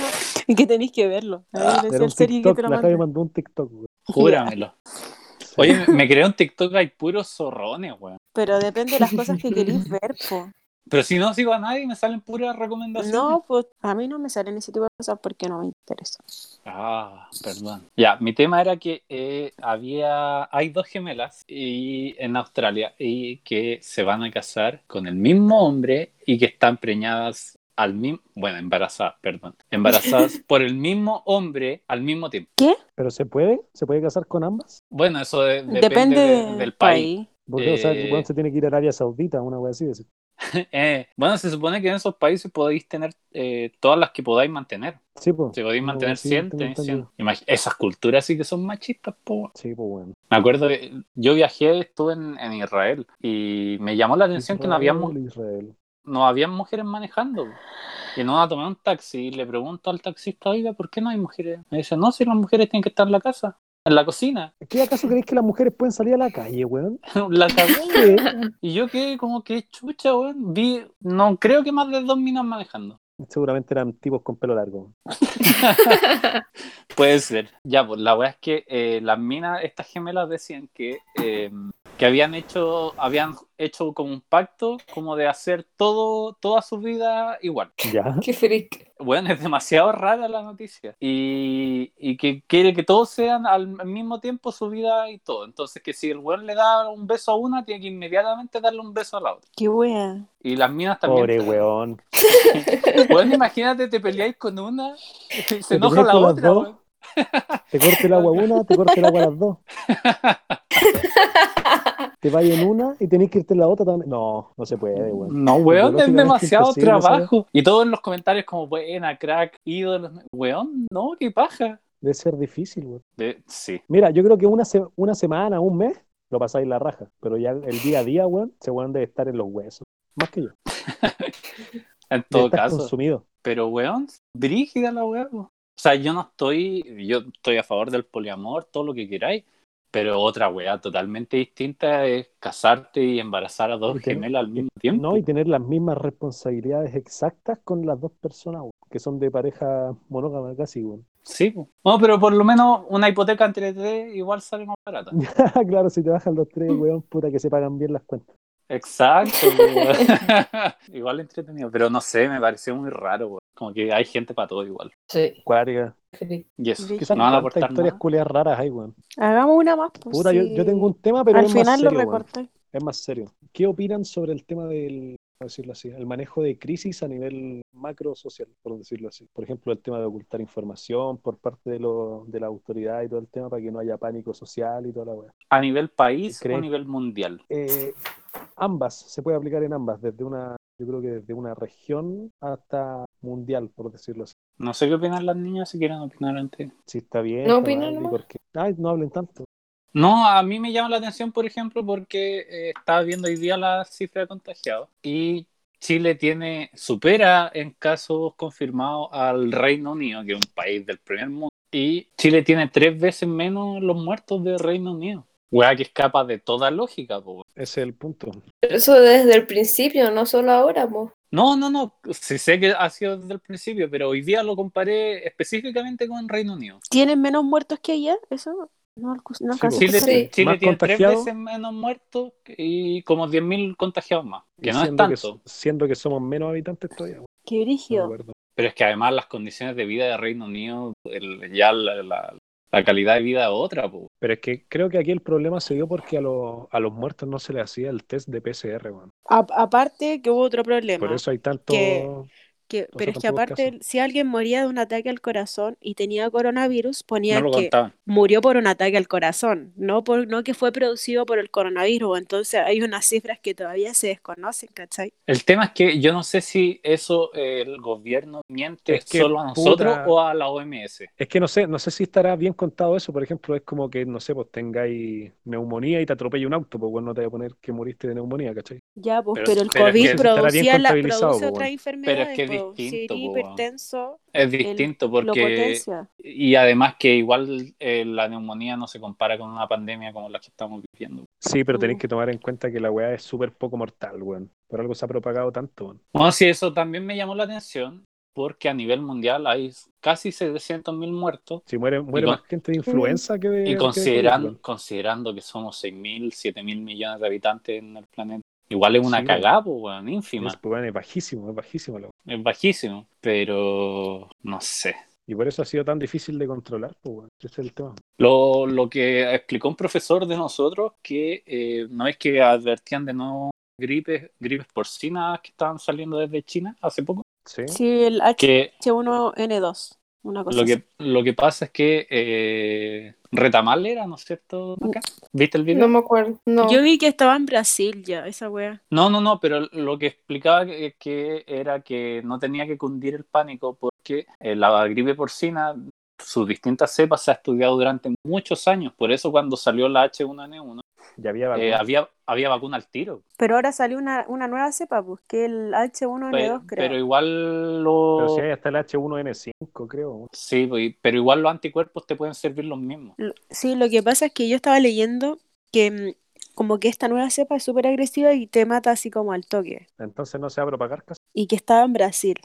S1: Y que tenéis que verlo. A ver,
S2: Ah, Era un
S1: el serie que
S2: TikTok,
S1: te lo
S2: la Javi
S1: mandé.
S2: mandó un TikTok, weón.
S4: Júramelo.
S2: Sí.
S4: Oye, me- me creé un TikTok, hay puros zorrones, weón.
S1: Pero depende de las cosas que queréis ver, po.
S4: Pero si no sigo a nadie, me salen puras recomendaciones.
S1: No, pues a mí no me salen ese tipo de cosas porque no me interesa.
S4: Ah, perdón. Ya, mi tema era que eh, había, hay dos gemelas y, en Australia y que se van a casar con el mismo hombre y que están preñadas al mismo, bueno, embarazadas, perdón, embarazadas por el mismo hombre al mismo tiempo.
S2: Pero se puede, se puede casar con ambas.
S4: Bueno, eso de- depende,
S1: Depende,
S4: de- del país.
S2: Porque, o sea,
S4: Eh.
S2: el weón se tiene que ir a Arabia Saudita, una wea así. decir.
S4: Eh, bueno, se supone que en esos países podéis tener eh, todas las que podáis mantener.
S2: Sí, pues.
S4: Si podéis
S2: No,
S4: mantener
S2: sí,
S4: 100,
S2: tengo
S4: tenéis 100.
S2: entendido.
S4: Imag- Esas culturas sí que son machistas, po.
S2: Sí, pues, weón.
S4: Me acuerdo que yo viajé, estuve en, en Israel y me llamó la atención que no había, mu-
S2: Israel, Israel.
S4: no habían mujeres manejando. Y no a tomar un taxi y le pregunto al taxista, oiga, ¿por qué no hay mujeres? Me dice, no, si las mujeres tienen que estar en la casa, en la cocina.
S2: ¿Qué acaso creéis que las mujeres pueden salir a la calle, weón?
S4: La cagó.
S2: ¿Qué?
S4: y yo quedé como que chucha, weón. Vi, no creo que más de dos minas manejando.
S2: Seguramente eran tipos con pelo largo.
S4: Puede ser. Ya, pues la verdad es que eh, las minas, estas gemelas decían que, eh, que habían hecho, habían hecho como un pacto como de hacer todo, toda su vida igual.
S2: ¿Ya?
S3: Qué freak.
S4: Bueno, es demasiado rara la noticia. Y, y que quiere que todos sean al mismo tiempo su vida y todo. Entonces que si el weón le da un beso a una, tiene que inmediatamente darle un beso a la otra.
S1: Qué wea.
S4: Y las minas también.
S2: Pobre weón.
S4: Weón, imagínate, te peleáis con una, y se
S2: Te
S4: enoja
S2: peleáis
S4: la
S2: con las
S4: otra,
S2: dos.
S4: weón.
S2: Te corta el agua una, te corta el agua las dos. Te vas en una y tenés que irte en la otra también. No, no se puede, weón.
S4: No, weón, es
S2: Ideológicamente
S4: demasiado
S2: imposible, ¿sabes?
S4: trabajo. Y todos en los comentarios como, buena, crack, ídolos. Weón, no, qué paja.
S2: Debe ser difícil, weón.
S4: De- sí.
S2: Mira, yo creo que una, se- una semana, un mes, lo pasáis la raja. Pero ya el día a día, weón, se weón debe estar en los huesos. Más que yo.
S4: En
S2: Debe
S4: todo
S2: estar
S4: caso.
S2: consumido.
S4: Pero, weón, brígida la weón. O sea, yo no estoy, yo estoy a favor del poliamor, todo lo que queráis. Pero otra weá totalmente distinta es casarte y embarazar a dos
S2: Y tener-
S4: gemelas al mismo tiempo.
S2: No, y tener las mismas responsabilidades exactas con las dos personas, weón, que son de pareja monógama casi, weón.
S4: Sí, po. no, pero por lo menos una hipoteca entre tres igual sale más barata.
S2: Ah, claro, si te bajan los tres, weón, puta que se pagan bien las cuentas.
S4: Exacto. pues, weón. igual entretenido, pero no sé, me pareció muy raro, weón. Como que hay gente para todo igual.
S3: Sí,
S2: Cuática.
S3: freak.
S4: Y eso,
S1: Brígido.
S2: Quizás
S4: no van a
S2: tantas
S4: aportar
S2: Ah, historias
S4: nada.
S2: culeas raras hay, weón.
S1: Hagamos una más. Pues,
S2: Puta, yo,
S1: sí.
S2: yo tengo un tema, pero
S1: Al
S2: es más
S1: final
S2: serio,
S1: lo
S2: weón.
S1: recorté.
S2: Es más serio. ¿Qué opinan sobre el tema del, por decirlo así, el manejo de crisis a nivel macro social, por decirlo así? Por ejemplo, el tema de ocultar información por parte de, lo- de la autoridad y todo el tema para que no haya pánico social y toda la weá.
S4: A nivel país o
S2: ¿Crees?
S4: a nivel mundial.
S2: Eh, ambas, se puede aplicar en ambas, desde una, yo creo que desde una región hasta mundial, por decirlo así.
S4: No sé qué opinan las niñas si quieren opinar antes.
S2: Si está bien,
S3: No
S2: está
S3: opinan
S2: mal, y
S3: nomás.
S2: por qué. Ay, no hablen tanto.
S4: No, a mí me llama la atención, por ejemplo, porque eh, estaba viendo hoy día la cifra de contagiados y Chile tiene, supera en casos confirmados al Reino Unido, que es un país del primer mundo, y Chile tiene tres veces menos los muertos de Reino Unido. Weá que escapa de toda lógica, po. weón.
S2: Ese es el punto.
S3: Pero eso desde el principio, no solo ahora, po.
S4: No, no, no. Sí sé que ha sido desde el principio, pero hoy día lo comparé específicamente con Reino Unido.
S1: ¿Tienen menos muertos que ayer? Eso no, alcu- no
S2: Sí,
S1: alcancé a
S4: Chile,
S1: escuchar.
S3: Sí.
S4: Chile
S2: Más
S4: tiene tres
S2: contagiados.
S4: veces menos muertos y como 10.000 contagiados más. Que
S2: Y
S4: no es
S2: siendo
S4: tanto.
S2: Que, siendo que somos menos habitantes todavía. weón,
S1: Qué
S2: no me
S1: brígido.
S2: acuerdo.
S4: Pero es que además las condiciones de vida de Reino Unido, el- ya la, la- la calidad de vida es otra, po.
S2: Pero es que creo que aquí el problema se dio porque a, los a los muertos no se les hacía el test de PCR, weón.
S1: A- aparte que hubo otro problema.
S2: Por eso hay tanto.
S1: Que- que- pero es que
S2: tampoco es
S1: aparte, si alguien moría de un ataque al corazón y tenía coronavirus,
S4: No
S1: ponían
S4: lo
S1: que
S4: contaban.
S1: murió por un ataque al corazón, no, por, no que fue producido por el coronavirus. Entonces hay unas cifras que todavía se desconocen, ¿cachai?
S4: El tema es que yo no sé si eso eh, el gobierno miente
S2: Es que,
S4: solo a nosotros
S2: puta.
S4: o a la OMS.
S2: Es que no sé, no sé si estará bien contado eso. Por ejemplo, es como que, no sé, pues tengáis neumonía y te atropella un auto, pues bueno, no te voy a poner que moriste de neumonía, ¿cachai?
S1: Ya, pues,
S4: Pero-
S1: pero el
S4: pero es
S1: COVID
S4: que-
S2: Estará bien
S1: producía la,
S2: contabilizado,
S1: produce
S2: po,
S1: otras
S2: bueno.
S1: enfermedades,
S4: Pero es que es
S1: po,
S4: distinto,
S1: sí,
S4: po, bueno.
S1: hipertenso,
S4: Es distinto
S1: lo
S4: porque... ¿Mm?
S1: potencia.
S4: Y además que igual eh, la neumonía no se compara con una pandemia como la que estamos viviendo.
S2: Sí, pero tenéis
S1: Mm.
S2: que tomar en cuenta que la weá es súper poco mortal, weón. Por algo se ha propagado tanto, weón.
S4: Bueno, sí, eso también me llamó la atención porque a nivel mundial hay casi 700.000 muertos
S2: Si muere, muere
S4: con-
S2: más gente de influenza que de.
S4: y
S2: que de COVID,
S4: considerando,
S2: weón.
S4: considerando que somos 6.000, 7.000 millones de habitantes en el planeta, igual es una
S2: Sí,
S4: cagada, pues, weón,
S2: Es,
S4: ínfima,
S2: pues, weón, es bajísimo, es bajísimo, la weá.
S4: es bajísimo, pero no sé.
S2: Y por eso ha sido tan difícil de controlar, pues weón. Ese es el tema.
S4: Lo, lo que explicó un profesor de nosotros que eh, no es que advertían de no gripes, gripes porcinas que estaban saliendo desde China hace poco,
S2: Sí.
S1: Sí, el
S4: que
S1: H1N2, una cosa
S4: Lo
S1: así.
S4: que, lo que pasa es que eh, Retamal era, ¿no es cierto? Maca? ¿Viste el video?
S3: No me acuerdo. No.
S1: Yo vi que estaba en Brasil ya, esa wea.
S4: No, no, no, pero lo que explicaba que, que era que no tenía que cundir el pánico porque eh, la gripe porcina, sus distintas cepas se ha estudiado durante muchos años. Por eso cuando salió la H1N1
S2: Ya había
S4: eh,
S2: vacunas.
S4: había, había vacuna al tiro.
S1: Pero ahora salió una, una nueva cepa, pues, que el H1N2,
S4: Pero,
S1: Ah, creo.
S4: pero igual lo...
S2: Pero si hay hasta el H1N5, creo. weón.
S4: Sí, pues, pero igual los anticuerpos te pueden servir los mismos.
S1: Lo- Sí, lo que pasa es que yo estaba leyendo que mm, como que esta nueva cepa es súper agresiva y te mata así como al toque.
S2: Entonces no se va a propagar casi.
S1: Y que estaba en Brasil.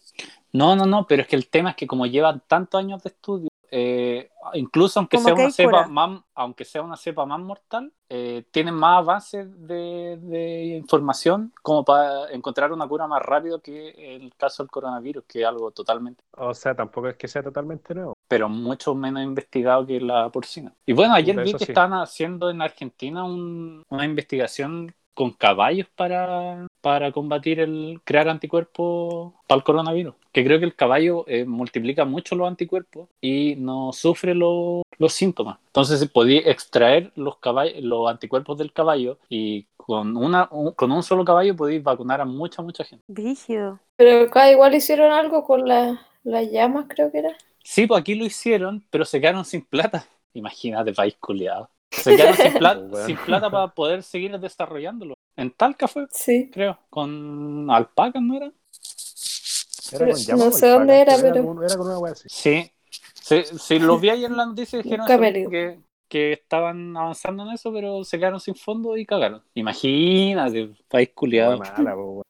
S4: No, no, no, pero es que el tema es que como llevan tantos años de estudio, eh, incluso aunque
S1: Como
S4: sea
S1: que
S4: una
S1: hay
S4: cepa
S1: cura.
S4: más, aunque sea una cepa más mortal, eh, tienen más avances de, de información como para encontrar una cura más rápido que el caso del coronavirus, que es algo totalmente,
S2: O sea, tampoco es que sea totalmente nuevo.
S4: pero mucho menos investigado que la porcina. Y bueno, ayer
S2: Puta,
S4: vi
S2: eso
S4: que
S2: sí.
S4: estaban haciendo en Argentina un- una investigación con caballos para, para combatir el crear anticuerpos para el coronavirus. Que creo que el caballo eh, multiplica mucho los anticuerpos y no sufre lo- los síntomas. Entonces se podía extraer los, caball- los anticuerpos del caballo y con, una, un- con un solo caballo podéis vacunar a mucha, mucha gente.
S1: Brígido.
S3: Pero acá igual hicieron algo con la- las llamas, creo que era.
S4: Sí, pues aquí lo hicieron, pero se quedaron sin plata. Imagínate, país culiado. Se quedaron sin, pla-
S2: Oh, weón.
S4: sin plata para poder seguir desarrollándolo. En Talca fue,
S3: Sí.
S4: creo, con alpacas, ¿no era?
S2: Era con
S3: No
S2: llama,
S3: sé
S2: weón,
S3: dónde
S2: paga,
S3: era, pero-
S2: Con, era con una weá así.
S4: Sí. Sí, sí, lo vi ayer en la noticia y dijeron
S3: Nunca
S4: eso,
S3: me digo.
S4: que, que estaban avanzando en eso, pero se quedaron sin fondo y cagaron. Imagínate, país
S2: Fue
S4: culiado.
S2: mala, po, weón.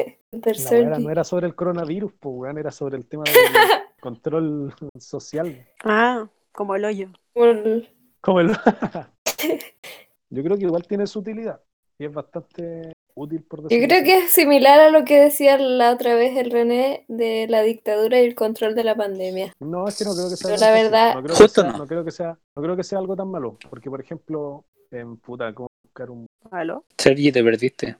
S3: El
S2: La
S3: tercer
S2: weá era-
S3: día.
S2: no era sobre el coronavirus, po, weón, era sobre el tema del control social.
S1: Ah, como el hoyo.
S3: Como el-
S2: Como el- Yo creo que igual tiene su utilidad. Y es bastante útil, por
S3: Yo
S2: decirlo
S3: creo
S2: así.
S3: que es similar a lo que decía la otra vez el René de la dictadura y el control de la pandemia.
S2: No, es que no creo que sea.
S3: Pero
S2: tanto
S3: la
S2: así.
S3: verdad-
S2: No creo,
S4: Justo
S2: que sea,
S4: no.
S2: no creo que sea, no creo que sea algo tan malo. Porque, por ejemplo, en puta, ¿cómo buscar un.
S1: ¿Aló?
S4: Sergi, te perdiste.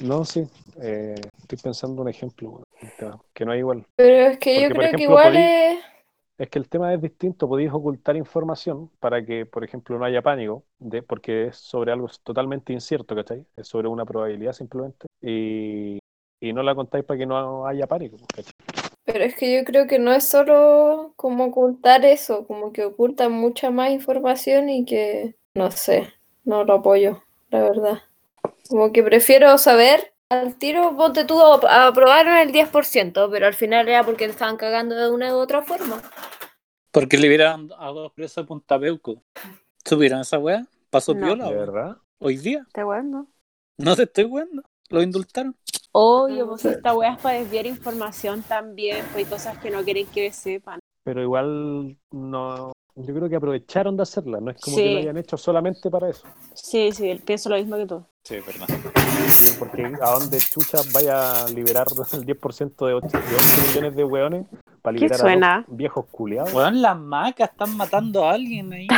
S2: No, sí. eh, estoy pensando un ejemplo, weón, un tema que no es igual.
S3: Pero es que yo
S2: Porque, por
S3: creo que
S2: ejemplo,
S3: igual
S2: podí-
S3: es...
S2: Es que el tema es distinto, podéis ocultar información para que, por ejemplo, no haya pánico, de, porque es sobre algo totalmente incierto, ¿cachai? Es sobre una probabilidad simplemente, y, y no la contáis para que no haya pánico, ¿cachai?
S3: Pero es que yo creo que no es solo como ocultar eso, como que ocultan mucha más información y que, no sé, no lo apoyo, la verdad. Como que prefiero saber al tiro, ponte tú, ap- aprobaron el 10%, pero al final era porque le estaban cagando de una u otra forma.
S4: Porque liberaron a dos presos de Punta Peuco. ¿Subieron esa weá? Pasó
S1: No. pues.
S2: ¿De
S4: piola, weón.
S2: verdad?
S4: Hoy día.
S1: Te weón, ¿no?
S4: No te estoy weando. Lo indultaron.
S1: Obvio, pues esta weá es para desviar información también, pues hay cosas que no quieren que sepan.
S2: Pero igual no. Yo creo que aprovecharon de hacerla, no es como
S1: Sí.
S2: que lo hayan hecho solamente para eso.
S1: Sí, sí, pienso lo mismo que tú.
S4: Sí, verdad.
S2: Sí, Porque a donde Chucha vaya a liberar el 10% de 8, de 11 millones de hueones para
S1: ¿Qué
S2: liberar a
S1: suena?
S2: los viejos culiados.
S4: Weón, las macas están matando a alguien ahí.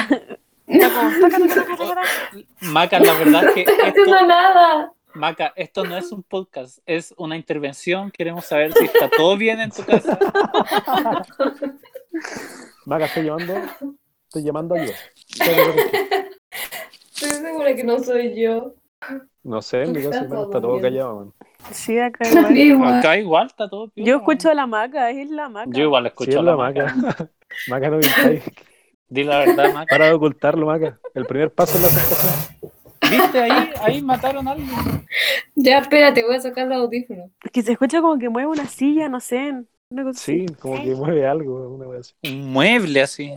S1: Está como, taca, taca, taca, taca, taca.
S4: Maca, la verdad es que esto,
S3: haciendo nada.
S4: Maca, esto no es un podcast, es una intervención. Queremos saber si está todo bien en tu casa.
S2: Maga, estoy llamando, estoy llamando ayuda.
S3: Estoy segura que no soy yo.
S2: No sé, en mi caso hermano, está todo callado. man.
S1: Sí, acá igual.
S3: Igual.
S4: Acá igual está todo piola,
S1: Yo
S4: weón.
S1: escucho a la maca, es la maca.
S4: Yo igual escucho
S2: Sí, es
S4: a la
S2: la
S4: maca.
S2: Maca. Maca, no mintáis.
S4: Di la verdad, Maca.
S2: Para de ocultarlo, Maca. El primer paso es la aceptación.
S4: ¿Viste? Ahí, ahí mataron a alguien.
S3: Ya, espérate, voy a sacar los audífonos.
S1: Que se escucha como que mueve una silla, no sé. Una cosa
S2: Sí, como que mueve algo. Una, wea así.
S4: Un mueble así.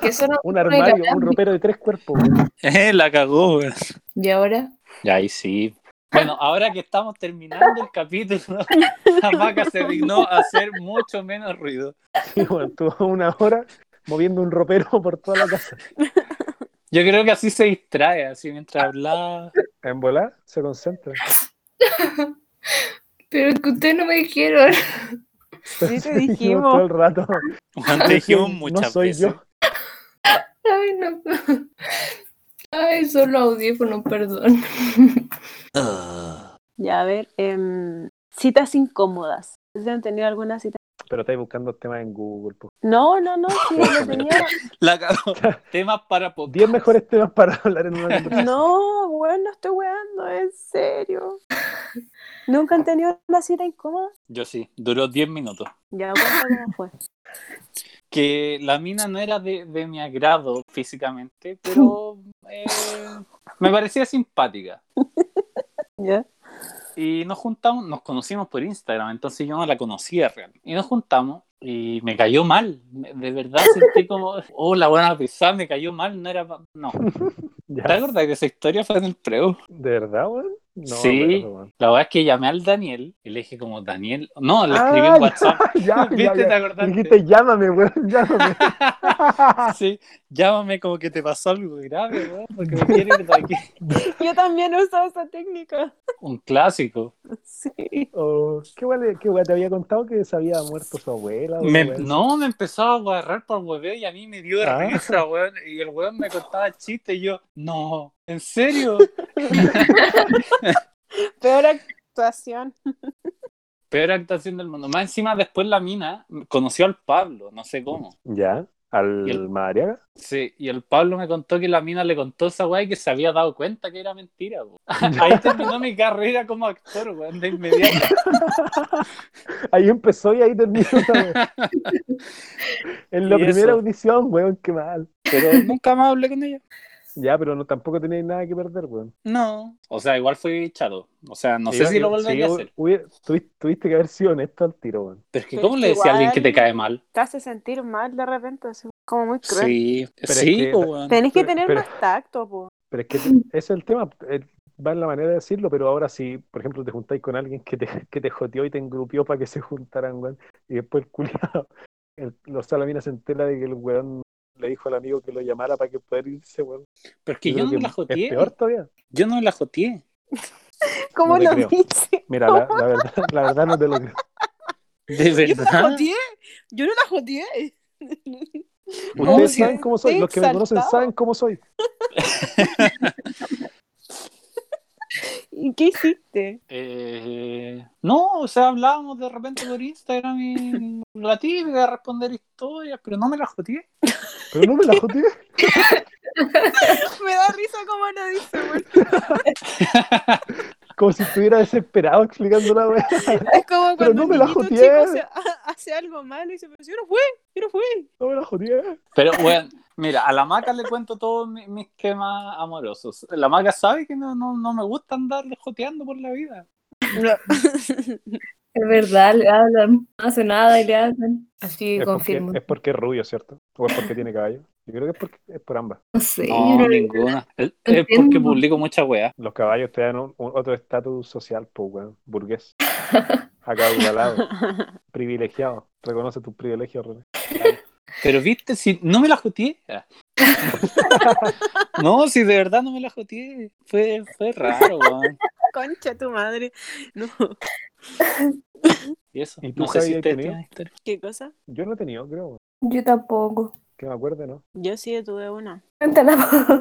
S3: Que son
S2: un
S3: audífonos
S2: armario, un
S3: inalámbricos.
S2: ropero de tres cuerpos. man.
S4: Eh, la cagó, weón.
S3: ¿Y ahora?
S4: Ya, ahí sí. Bueno, ahora que estamos terminando el capítulo, la maca se dignó a hacer mucho menos ruido.
S2: Sí, bueno, estuvo una hora moviendo un ropero por toda la casa.
S4: Yo creo que así se distrae, así mientras hablaba.
S2: En volar, se concentra.
S3: Pero es que ustedes no me dijeron.
S1: así. Sí, te
S2: Dijimos
S1: dijimos.
S2: todo el rato.
S4: Juan, te dijimos
S2: No
S4: muchas
S2: soy
S4: veces.
S2: yo.
S3: Ay, no. Ay, son los audífonos, perdón.
S5: Ah,
S1: Ya, a ver. em, citas incómodas. ¿Ustedes han tenido alguna cita?
S2: Pero estáis buscando temas en Google. po.
S1: No, no, no, sí, lo tenía.
S4: La cagó. Temas para podcast.
S2: Diez mejores temas para hablar en una conversación.
S1: No, weón, no estoy weando, en serio. ¿Nunca han tenido una cita incómoda?
S4: Yo sí, duró 10 minutos.
S1: Ya, cuéntame cómo fue.
S4: Que la mina no era de, de mi agrado físicamente, pero eh, me parecía simpática.
S1: ¿Ya?
S4: Y nos juntamos, nos conocimos por Instagram, entonces yo no la conocía realmente. Y nos juntamos y me cayó mal. Me- De verdad sentí como, oh, la buena pesada, me cayó mal, no era... pa- No,
S2: Ya,
S4: ¿te acuerdas que esa historia fue en el preo?
S2: ¿De verdad, weón? No,
S4: Sí.
S2: pero, weón.
S4: La verdad es que llamé al Daniel y le dije como, Daniel, no, le escribí
S2: Ah,
S4: en WhatsApp.
S2: Ya,
S4: ¿Viste?
S2: ya, ya.
S4: ¿Te acordaste?
S2: Dijiste, llámame, weón, llámame.
S4: Sí, llámame como que te pasó algo grave, weón, porque me quiero ir de aquí.
S1: Yo también he usado esa técnica.
S4: Un clásico.
S1: Sí.
S2: Oh, ¿Qué weón qué weón te había contado que se había muerto su abuela? o
S4: Me-
S2: weón?
S4: no, me empezó a agarrar por hueveo y a mí me dio
S2: Ah.
S4: risa, weón. Y el weón me contaba chistes y yo, no, ¿en serio?
S1: Peor actuación.
S4: Peor actuación del mundo. Más encima, después la mina conoció al Pablo, no sé cómo.
S2: ¿Ya? ¿Al
S4: Y el-
S2: Madariaga?
S4: Sí, y el Pablo me contó que la mina le contó esa weá y que se había dado cuenta que era mentira, weón. Ahí terminó mi carrera como actor, weón, de inmediato.
S2: Ahí empezó y ahí terminó. weón. en la
S4: Y
S2: primera
S4: eso.
S2: audición, weón, qué mal.
S4: Pero nunca más hablé con ella.
S2: Ya, pero no, tampoco tenéis nada que perder, weón.
S4: No. O sea, igual fui echado. O sea, no sé si lo volvería a hacer.
S2: tuviste, tuviste que haber sido honesto al tiro, weón.
S4: Pero es que,
S1: Pero
S4: ¿cómo
S1: es
S4: le
S1: que
S4: decía a alguien que te
S1: igual-
S4: cae mal?
S1: Te hace sentir mal de repente, así, como muy cruel.
S4: Sí,
S2: Pero es
S4: sí,
S2: que-
S4: po, weón.
S1: Tenés que
S2: Pero-
S1: tener
S2: pero-
S1: más tacto, po.
S2: Pero es que ese es el tema, eh, va en la manera de decirlo, pero ahora si, por ejemplo, te juntáis con alguien que te, que te joteó y te engrupió para que se juntaran, weón, y después el culiado, el, los salamina se entera de que el weón le dijo al amigo que lo llamara para que poder irse, weón.
S4: Pero es que yo
S2: creo
S4: no la joteé.
S2: Es peor todavía.
S4: Yo no la joteé.
S1: ¿Cómo
S2: No te
S1: lo
S2: creo.
S1: dice?
S2: Mira, la, la verdad, la verdad no te lo creo.
S4: ¿De verdad?
S1: Yo no la joteé.
S4: No,
S2: Ustedes
S4: sí.
S2: saben cómo soy,
S1: estoy
S2: los que me conocen
S1: exaltado.
S2: saben cómo soy.
S1: ¿Y qué hiciste?
S4: Eh, no, o sea, hablábamos de repente por Instagram y la típica de responder historias, pero no me la joteé.
S2: Pero no me la joteé.
S1: Me da risa como lo dice, güey.
S2: Como si estuviera desesperado explicando la weá.
S1: Es como
S2: Pero
S1: cuando
S2: no me
S1: un
S2: la
S1: niñito
S2: joteé.
S1: chico se- ha- hace algo malo y dice, pero si yo no fui, yo no fui.
S2: No me la ¿eh? joteé.
S4: Pero, bueno, mira, a la maca le cuento todos mi- mis temas amorosos. La maca sabe que no, no, no me gusta andar joteando por la vida.
S6: Es verdad, le hablan. No hace nada y le hablan. Así que
S2: Es porque,
S6: confirmo.
S2: es porque es rubio, ¿cierto? O es porque tiene caballo. Yo creo que es, porque, es por ambas.
S6: No sé. yo
S4: No,
S6: creo que-
S4: ninguna. Es, es
S6: Entiendo.
S4: porque publico mucha weá.
S2: Los caballos te dan un- un- otro estatus social, pues, weón. Burgués. Acaudalado. privilegiado. Reconoce tus privilegios, René.
S4: Pero viste, si no me la joteé. no, si de verdad no me la joteé. Fue, fue raro, weón.
S1: Concha tu madre. No,
S4: Y eso.
S2: ¿Y tú,
S4: no sé
S2: Javi,
S4: si
S2: has
S4: ustedes
S2: tenido?
S4: tienen historia.
S1: ¿qué cosa?
S2: Yo no he tenido, creo.
S6: Yo tampoco.
S2: Que me acuerde, ¿no?
S1: Yo sí tuve una.
S6: Cuéntala.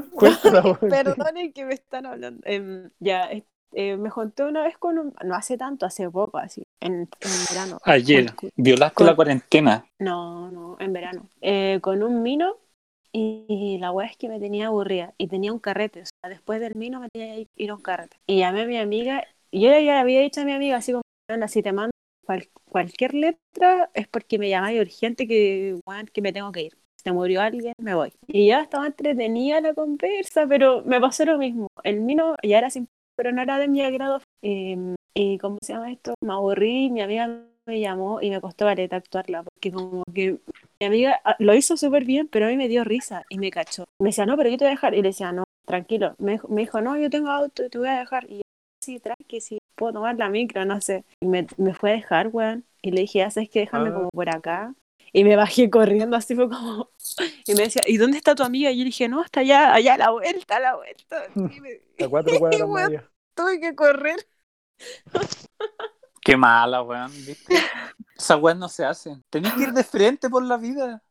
S6: po.
S2: Cuéntala, weón.
S1: Perdonen que me están hablando. Em, ya, es- eh, me junté una vez con un. No hace tanto, hace poco, así. En, en verano.
S4: Ayer,
S1: Con-
S4: violaste
S1: Con-
S4: la cuarentena.
S1: No, no, en verano. Eh, con un mino y, y la weá es que me tenía aburrida y tenía un carrete. O sea, después del mino me tenía que ir a un carrete. Y llamé a mi amiga. y Yo ya le había dicho a mi amiga, así como, "Weona, si te mando cual- cualquier letra es porque me llamáis urgente que, weón, que me tengo que ir. Si te murió alguien, me voy. Y ya estaba entretenida la conversa, pero me pasó lo mismo. El mino ya era sin pero no era de mi agrado. Eh, y cómo se llama esto, me aburrí, y mi amiga me llamó y me costó valeta actuarla, porque como que mi amiga ah, lo hizo súper bien, pero a mí me dio risa y me cachó. Me decía, no, pero yo te voy a dejar. Y le decía, no, tranquilo. Me, dijo- me dijo, no, yo tengo auto y te voy a dejar. Y yo, sí, tranqui, sí, puedo tomar la micro, no sé. Y me, me fue a dejar, weón. Y le dije, haces que déjame
S2: Ah.
S1: como por acá. Y me bajé corriendo, así fue como. Y me decía, ¿y dónde está tu amiga? Y yo le dije, no, está allá, allá a la vuelta, a la vuelta. Y me-
S2: A cuatro cuadras
S1: Weón.
S2: más allá.
S1: tuve que correr.
S4: Qué mala, weón, ¿viste? Esas weas no se hacen. Tenés que ir de frente por la vida.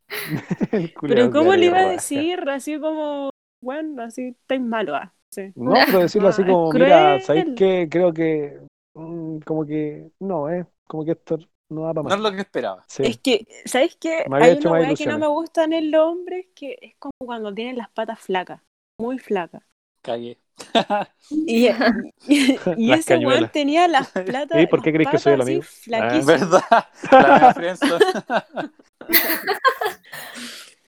S2: El culiao
S1: Pero ¿cómo
S2: que
S1: le iba a
S2: weón.
S1: decir? Así como, bueno, así estáis malo. ah". Sí.
S2: No, pero decirlo así
S1: Ah,
S2: como,
S1: es
S2: mira,
S1: cruel.
S2: ¿sabéis qué? Creo que. mm, como que. No, ¿eh? Como que esto no da para
S4: No
S2: más.
S4: es lo que esperaba.
S2: Sí.
S1: Es que, ¿sabes qué?
S2: Me había
S1: Hay
S2: hecho
S1: una weá
S2: más
S1: que no
S2: ilusiones.
S1: me gusta en el hombre, que es como cuando tienen las patas flacas, muy flacas.
S4: Cagué.
S1: Y, y- y
S2: Las
S1: ese weón
S2: cayuelas.
S1: tenía las plata-
S2: ¿Y por qué
S1: las
S2: crees que soy el
S1: patas así
S2: amigo? Ah,
S4: Es
S1: flaquísimas.
S4: verdad. La friendzone.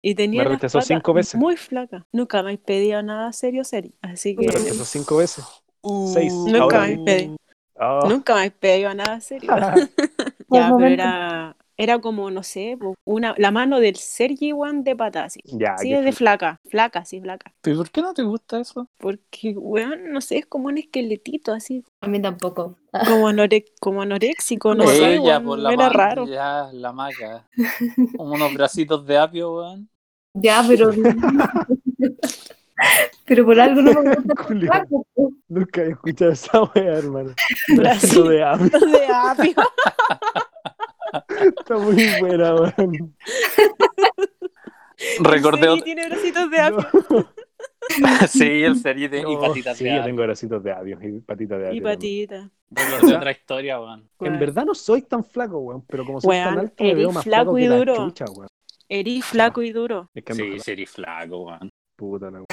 S1: Y tenía
S2: Me
S1: las
S2: rechazó
S1: patas
S2: cinco veces.
S1: muy flacas. Nunca me pedía nada serio, serio. Así que
S2: Me rechazó cinco veces.
S4: Uh,
S2: Seis.
S1: Nunca
S2: Ahora
S1: me
S2: vi.
S1: pedí.
S2: Ah.
S1: Nunca me pedía nada serio.
S6: Buen
S1: ya, pero
S6: momento.
S1: era, era como, no sé, po, una, la mano del Sergi One de patas así.
S2: Ya,
S1: Sí,
S2: qué
S1: es de
S2: chucha.
S1: flaca, flaca, sí, flaca.
S4: ¿Pero por qué no te gusta eso?
S1: Porque, weón, no sé, es como un esqueletito así,
S6: A mí tampoco.
S1: como, anore como anoréxico, no sé,
S4: Ella
S1: weón,
S4: por la
S1: era
S4: maca.
S1: raro.
S4: Ya, la maca. Como unos bracitos de apio, weón.
S6: Ya, pero. pero por algo no me gusta.
S2: Culiao, Nunca he escuchado esa wea, hermano. Brazo
S1: Brazo.
S2: de hambre.
S1: De apio.
S2: Está muy buena, weón.
S4: Recordé
S1: Sí,
S4: otro.
S1: tiene bracitos de apio.
S4: Sí, el serie de. y
S2: No,
S4: patitas
S2: Oh, sí,
S4: de
S2: yo
S4: apio.
S2: tengo bracitos de avión y patitas de avión.
S1: Y patita.
S4: Recordé otra historia, weón.
S2: En
S1: weón.
S2: verdad no soy tan flaco, weón, pero como soy tan
S1: Weón,
S2: alto me veo
S1: eres
S2: más
S1: flaco
S2: flaco
S1: y
S2: que la
S1: duro.
S2: chucha, weón.
S1: Erí flaco y duro.
S2: Es que ando
S4: Sí,
S2: la
S4: serie flaco, weón.
S2: puta, la weón.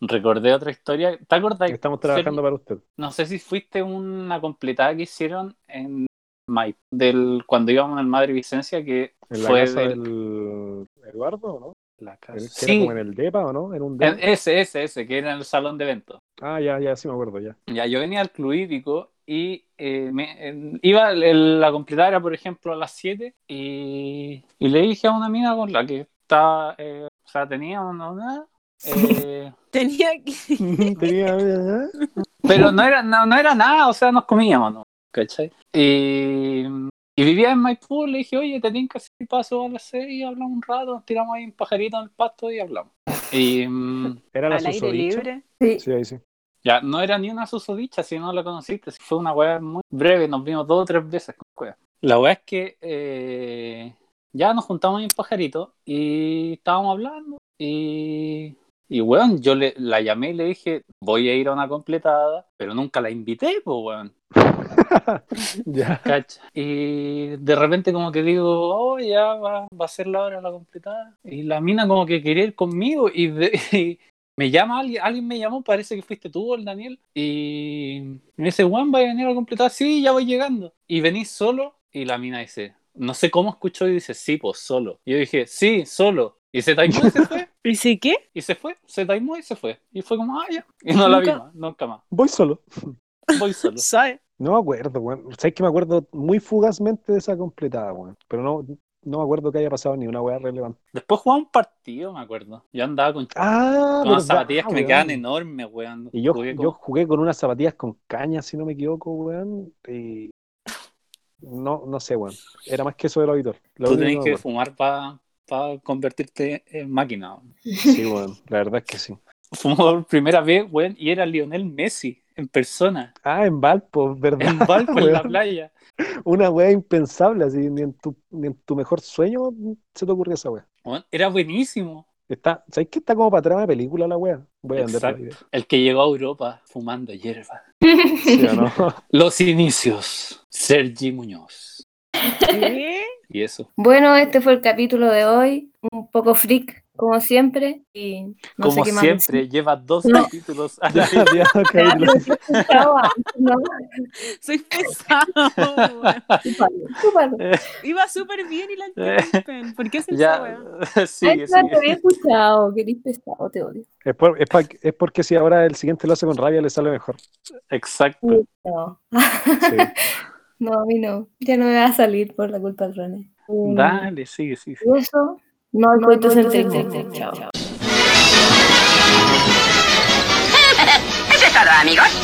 S4: Recordé otra historia. ¿Te acordás?
S2: Estamos trabajando para usted.
S4: No sé si fuiste una completada que hicieron en Maipo, del cuando íbamos al Madre Vicencia, que
S2: En la
S4: fue
S2: casa
S4: del-
S2: del Eduardo, ¿o ¿no?
S4: la casa.
S2: Era
S4: Sí,
S2: como en el DEPA, ¿o no? En un
S4: en-
S2: DEPA.
S4: ese, ese, ese, que era en el salón de eventos.
S2: Ah, ya, ya, sí me acuerdo, ya.
S4: Ya, yo venía al Club Hípico y eh, me- en- iba, el- la completada era, por ejemplo, a las 7 y, y le dije a una mina con la que estaba, eh, o sea, tenía una... una, eh,
S1: Tenía que.
S2: Tenía...
S4: Pero no era, no, no era nada, o sea, nos comíamos, ¿no? ¿Cachai? Y, y vivía en Maipú, le dije, oye, te que hacer paso a las seis y hablamos un rato, nos tiramos ahí un pajarito en el pasto y hablamos. Y mm,
S2: Era la
S1: Al aire
S2: susodicha.
S1: libre.
S6: Sí.
S2: Sí, ahí sí.
S4: ya, no era ni una susodicha, si no la conociste, si fue una weá muy breve, nos vimos dos o tres veces con cueva. La weá es que eh, ya nos juntamos ahí en pajarito y estábamos hablando y... Y weón, yo le, la llamé y le dije, voy a ir a una completada, pero nunca la invité, pues weón.
S2: Ya.
S4: Cacha. Y de repente como que digo, oh, ya va, va a ser la hora de la completada. Y la mina como que quería ir conmigo y, de- y me llama alguien, alguien me llamó, parece que fuiste tú, el Daniel. Y me dice, Juan, ¿va a venir a la completada? Sí, ya voy llegando. Y venís solo y la mina dice, no sé cómo escuchó y dice, sí, pues solo. Y yo dije, sí, solo. Y se taimó y se fue,
S1: ¿Y si qué?
S4: y se fue, se taimó y se fue. Y fue como, ah, ya. Y no la vi
S1: Nunca-
S4: más, nunca más.
S2: Voy solo.
S4: Voy solo.
S1: ¿Sabes?
S2: No me acuerdo, weón. Sabes que me acuerdo muy fugazmente de esa completada, weón. Pero no, no me acuerdo que haya pasado ni una weá relevante.
S4: Después jugaba un partido, me acuerdo. Yo andaba con,
S2: Ah,
S4: con unas
S2: verdad,
S4: zapatillas que me
S2: weón.
S4: quedaban enormes, weón.
S2: Y yo,
S4: Jugué con-
S2: yo jugué con unas zapatillas con caña, si no me equivoco, weón. Y. No, no sé, weón. Era más que eso del auditor. Lo
S4: Tú
S2: único
S4: tenés
S2: me
S4: que fumar para convertirte en máquina. weón.
S2: acuerdo. Sí, weón. La verdad es que sí.
S4: Fumó por primera vez, weón, y era Lionel Messi en persona,
S2: Ah, en Valpo, ¿verdad?
S4: en Valpo, en la
S2: weón?
S4: playa.
S2: Una weá impensable, así. Ni en, tu, ni en tu mejor sueño se te ocurrió esa weá.
S4: Weón, era buenísimo.
S2: Está, ¿sabes que está como para atrás de película la weá? Voy a andar
S4: Exacto. El que llegó a Europa fumando hierba.
S2: ¿Sí o no?
S4: Los inicios. Sergi Muñoz.
S1: ¿Qué?
S4: Y eso.
S3: Bueno, este fue el capítulo de hoy. Un poco freak, como siempre. Y no
S4: Como
S3: sé qué más
S4: siempre,
S3: decir.
S4: lleva dos
S3: No.
S4: capítulos a
S2: Ya,
S4: la
S2: ya, ok, lo-
S3: Chao, ¿no?
S1: Soy pesado. weón.
S3: Chúpalo, chúpalo.
S1: Iba súper bien y
S2: Eh.
S1: la interrumpen. ¿Por qué se esa
S4: Ya,
S1: weá?
S3: Ay,
S4: sigue,
S3: no te había
S4: sigue.
S3: escuchado, que eres pesado, te odio.
S2: Es, por- es pa- es porque si ahora el siguiente lo hace con rabia, le sale mejor.
S4: Exacto.
S3: No,
S2: Sí.
S3: no, a mí no. Ya no me va a salir por la culpa del René. Mm,
S4: Dale, sigue, sigue. sigue.
S3: Y eso, no hay coitos en
S7: coitos
S3: sexo.
S7: en sexo.
S3: Chao.
S8: Eso es todo, amigos.